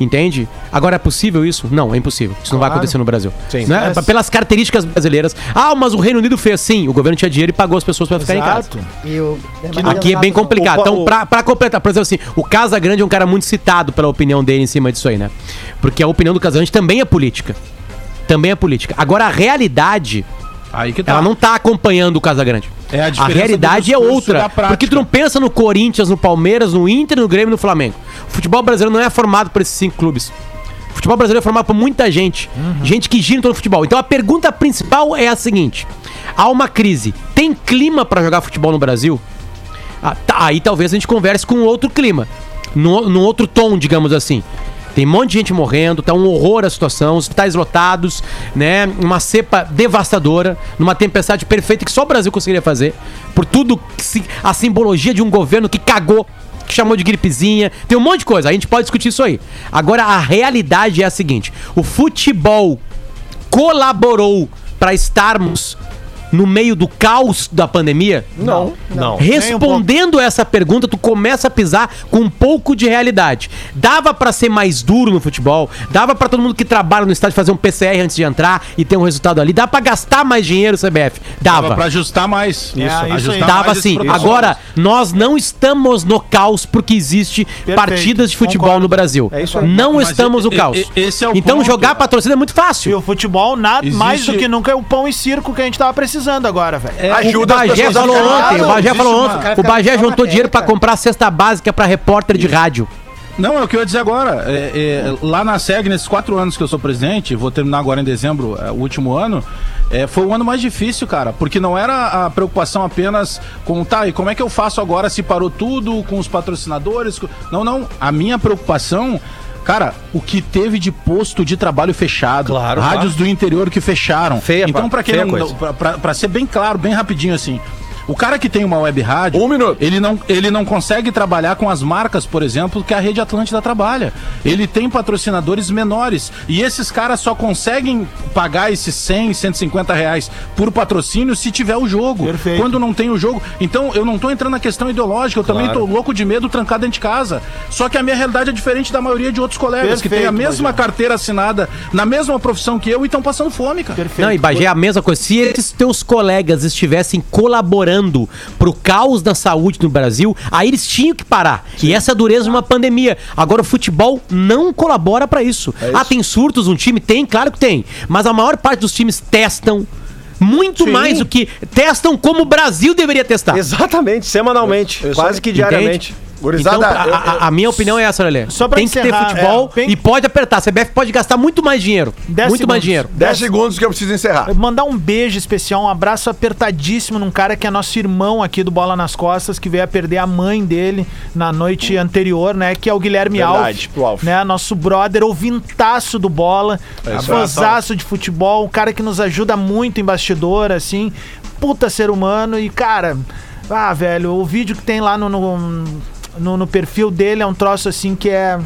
Speaker 8: entende? Agora é possível isso? Não, é impossível. Isso não vai acontecer no Brasil.
Speaker 9: Sim.
Speaker 8: Né?
Speaker 9: Mas-
Speaker 8: Pelas características brasileiras. Ah, mas o Reino Unido fez sim. O governo tinha dinheiro e pagou as pessoas pra ficarem em casa.
Speaker 3: Exato.
Speaker 7: E o-
Speaker 8: Aqui é bem complicado.
Speaker 9: O pa-
Speaker 8: Então,
Speaker 9: o-
Speaker 8: pra, pra completar, por exemplo, assim, o Casagrande é um cara muito citado pela opinião dele em cima disso aí, né? Porque a opinião do Casagrande também é política. Também é política. Agora, a realidade,
Speaker 6: Aí que tá.
Speaker 8: ela não tá acompanhando o Casagrande.
Speaker 6: É a
Speaker 8: A
Speaker 6: diferença do
Speaker 8: realidade é
Speaker 6: discurso
Speaker 8: outra.
Speaker 6: da prática.
Speaker 8: Porque tu não pensa no Corinthians, no Palmeiras, no Inter, no Grêmio e no Flamengo. O futebol brasileiro não é formado por esses cinco clubes. O futebol brasileiro é formado por muita gente.
Speaker 6: Uhum.
Speaker 8: Gente que gira em torno do futebol. Então a pergunta principal é a seguinte: há uma crise. Tem clima pra jogar futebol no Brasil? Ah, tá, aí talvez a gente converse com outro clima. Num, num outro tom, digamos assim. Tem um monte de gente morrendo, tá um horror a situação, hospitais lotados, né? Uma cepa devastadora, numa tempestade perfeita que só o Brasil conseguiria fazer. Por tudo que se- a simbologia de um governo que cagou, que chamou de gripezinha, tem um monte de coisa, a gente pode discutir isso aí. Agora a realidade é a seguinte: o futebol colaborou pra estarmos no meio do caos da pandemia?
Speaker 9: Não, não.
Speaker 8: Respondendo essa pergunta, tu começa a pisar com um pouco de realidade. Dava pra ser mais duro no futebol, dava pra todo mundo que trabalha no estádio fazer um PCR antes de entrar e ter um resultado ali, dá pra gastar mais dinheiro, CBF. Dava. É,
Speaker 6: Dava pra ajustar mais.
Speaker 3: isso aí.
Speaker 6: ajustar
Speaker 8: Dava
Speaker 6: mais
Speaker 8: sim.
Speaker 6: esse processo.
Speaker 8: Agora, nós não estamos no caos porque existe partidas de futebol no Brasil. Não
Speaker 6: É Mas
Speaker 8: estamos no
Speaker 6: e-
Speaker 8: caos.
Speaker 6: e- esse é o
Speaker 8: então
Speaker 6: ponto.
Speaker 8: jogar pra torcida é muito
Speaker 3: E
Speaker 8: fácil.
Speaker 3: o futebol, nada,
Speaker 6: Existe-
Speaker 3: mais do que nunca, é o pão e circo que a gente tava precisando agora, velho.
Speaker 8: É,
Speaker 2: Ajuda
Speaker 8: o
Speaker 2: as
Speaker 8: Bagé
Speaker 2: pessoas a
Speaker 8: falou
Speaker 2: ficarem
Speaker 8: ontem,
Speaker 6: claras.
Speaker 8: o Bagé falou
Speaker 6: Existe é uma-
Speaker 8: ontem. O Bagé juntou dinheiro pra comprar a cesta básica pra repórter de rádio.
Speaker 6: Não, é o que eu ia dizer agora. É, é, lá na SEG, nesses quatro anos que eu sou presidente, vou terminar agora em dezembro, é, o último ano, é, foi o ano mais difícil, cara. Porque não era a preocupação apenas com, tá, e como é que eu faço agora se parou tudo com os patrocinadores? co- Não, não. A minha preocupação. Cara, o que teve de posto de trabalho fechado,
Speaker 9: Claro,
Speaker 6: rádios do interior que fecharam.
Speaker 9: Feia,
Speaker 6: então,
Speaker 9: pá,
Speaker 6: pra quem
Speaker 9: feia
Speaker 6: não,
Speaker 9: coisa.
Speaker 6: pra- pra, pra ser bem claro, bem rapidinho assim. O cara que tem uma web rádio,
Speaker 2: Um minuto.
Speaker 6: Ele, não, ele não consegue trabalhar com as marcas, por exemplo, que a Rede Atlântida trabalha. Ele tem patrocinadores menores. E esses caras só conseguem pagar esses 100, 150 reais por patrocínio se tiver o jogo.
Speaker 3: Perfeito.
Speaker 6: Quando não tem o jogo. Então, eu não tô entrando na questão ideológica. Eu também tô louco de medo trancado dentro de casa. Só que a minha realidade é diferente da maioria de outros colegas que têm a
Speaker 3: Perfeito,
Speaker 6: mesma carteira assinada, na mesma profissão que eu e estão passando fome, cara.
Speaker 8: Não, e Bagé é a mesma coisa. Se esses teus colegas estivessem colaborando pro caos da saúde no Brasil, aí eles tinham que parar. E essa é a dureza de uma pandemia. Agora o futebol não colabora pra isso.
Speaker 3: É
Speaker 8: Ah, tem surtos um time? Tem, claro que tem. Mas a maior parte dos times testam muito mais do que testam como o Brasil deveria testar.
Speaker 9: Exatamente, semanalmente, quase que
Speaker 8: Entende?
Speaker 9: diariamente.
Speaker 2: Gurizada,
Speaker 8: então, a,
Speaker 2: eu-
Speaker 8: a- a minha opinião é essa, Lelê.
Speaker 3: Só pra
Speaker 8: tem que ter
Speaker 3: encerrar,
Speaker 8: futebol
Speaker 3: é, tem-
Speaker 8: e pode apertar. A CBF pode gastar muito mais dinheiro.
Speaker 3: Dez
Speaker 8: muito mais
Speaker 3: segundos.
Speaker 8: dinheiro.
Speaker 2: 10 segundos que eu preciso encerrar.
Speaker 3: Mandar um beijo especial, um abraço apertadíssimo num cara que é nosso irmão aqui do Bola nas Costas, que veio a perder a mãe dele na noite anterior, né? Que é o Guilherme
Speaker 2: Verdade,
Speaker 3: Alves.
Speaker 2: pro Alf.
Speaker 3: Né, nosso brother, ouvintaço do Bola,
Speaker 2: É
Speaker 3: fãzaço de futebol, um cara que nos ajuda muito em bastidor, assim. Puta ser humano e, cara... Ah, velho, o vídeo que tem lá no- no, no, no perfil dele é um troço, assim, que é...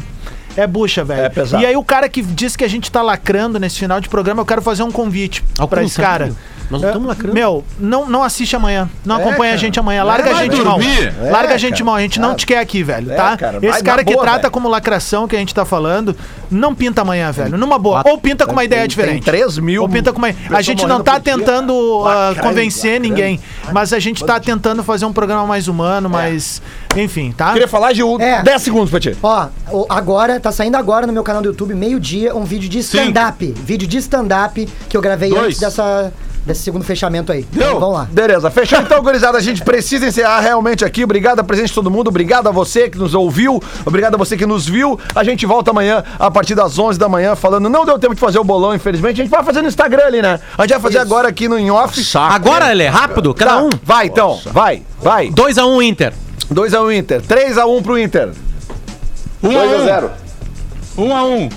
Speaker 3: É bucha, velho.
Speaker 2: É pesado.
Speaker 3: E aí o cara que diz que a gente tá lacrando nesse final de programa, eu quero fazer um convite
Speaker 8: Ao
Speaker 3: pra esse cara.
Speaker 8: contrário.
Speaker 1: Nós não estamos lacrando.
Speaker 3: Meu, não, não assiste amanhã. Não
Speaker 1: É,
Speaker 3: acompanha a
Speaker 1: cara.
Speaker 3: gente amanhã. Larga a
Speaker 1: Vai
Speaker 3: gente
Speaker 1: dormir.
Speaker 3: mal.
Speaker 1: É,
Speaker 3: Larga a gente
Speaker 1: cara.
Speaker 3: mal. A gente não te quer aqui, velho,
Speaker 1: É,
Speaker 3: tá?
Speaker 1: cara, vai
Speaker 3: Esse
Speaker 1: na
Speaker 3: cara que
Speaker 1: boa,
Speaker 3: trata
Speaker 1: velho.
Speaker 3: como lacração que a gente tá falando, não pinta amanhã, velho. Numa boa. Ou pinta com uma ideia
Speaker 12: tem
Speaker 3: diferente.
Speaker 12: 3 mil
Speaker 3: Ou pinta com uma. A
Speaker 12: pessoas
Speaker 3: gente não
Speaker 12: morrendo
Speaker 3: tá
Speaker 12: por dia.
Speaker 3: tentando ah,
Speaker 12: Lacrando,
Speaker 3: convencer
Speaker 12: lacrando.
Speaker 3: ninguém, mas a gente tá tentando fazer um programa mais
Speaker 12: É.
Speaker 3: humano, mais. Enfim, tá?
Speaker 2: Queria falar de um- 10 segundos pra ti.
Speaker 7: Ó, o- agora, tá saindo agora no meu canal do YouTube, meio-dia, um vídeo de stand-up. Vídeo de stand-up que eu gravei
Speaker 2: Dois.
Speaker 7: antes dessa, desse segundo fechamento aí. Então, vamos lá.
Speaker 2: Beleza, fechou então, gurizada. A gente precisa encerrar realmente aqui. Obrigado a presença de todo mundo. Obrigado a você que nos ouviu. Obrigado a você que nos viu. A gente volta amanhã a partir das 11 da manhã falando. Não deu tempo de fazer o bolão, infelizmente. A gente vai fazer no Instagram ali, né? A gente vai fazer agora aqui no em off.
Speaker 3: É.
Speaker 8: Agora, Lelê, rápido, cada
Speaker 3: Tá.
Speaker 8: um.
Speaker 2: Vai então, vai, vai.
Speaker 8: 2x1 Inter.
Speaker 2: 2x1 Inter. 3x1 pro Inter.
Speaker 8: É.
Speaker 5: 2x0.
Speaker 6: 1x1.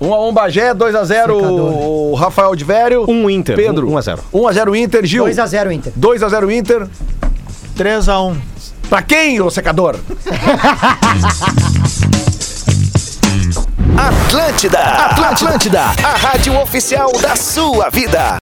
Speaker 2: 1x1 Bagé, 2x0 o Rafael de Vério. 1
Speaker 9: Inter.
Speaker 2: Pedro.
Speaker 9: 1 a 0.
Speaker 2: 1x0 Inter, Gil.
Speaker 7: 2x0 Inter.
Speaker 2: 2x0 Inter.
Speaker 3: 3x1.
Speaker 2: Pra quem, ô secador?
Speaker 11: Atlântida, Atlântida, a rádio oficial da sua vida.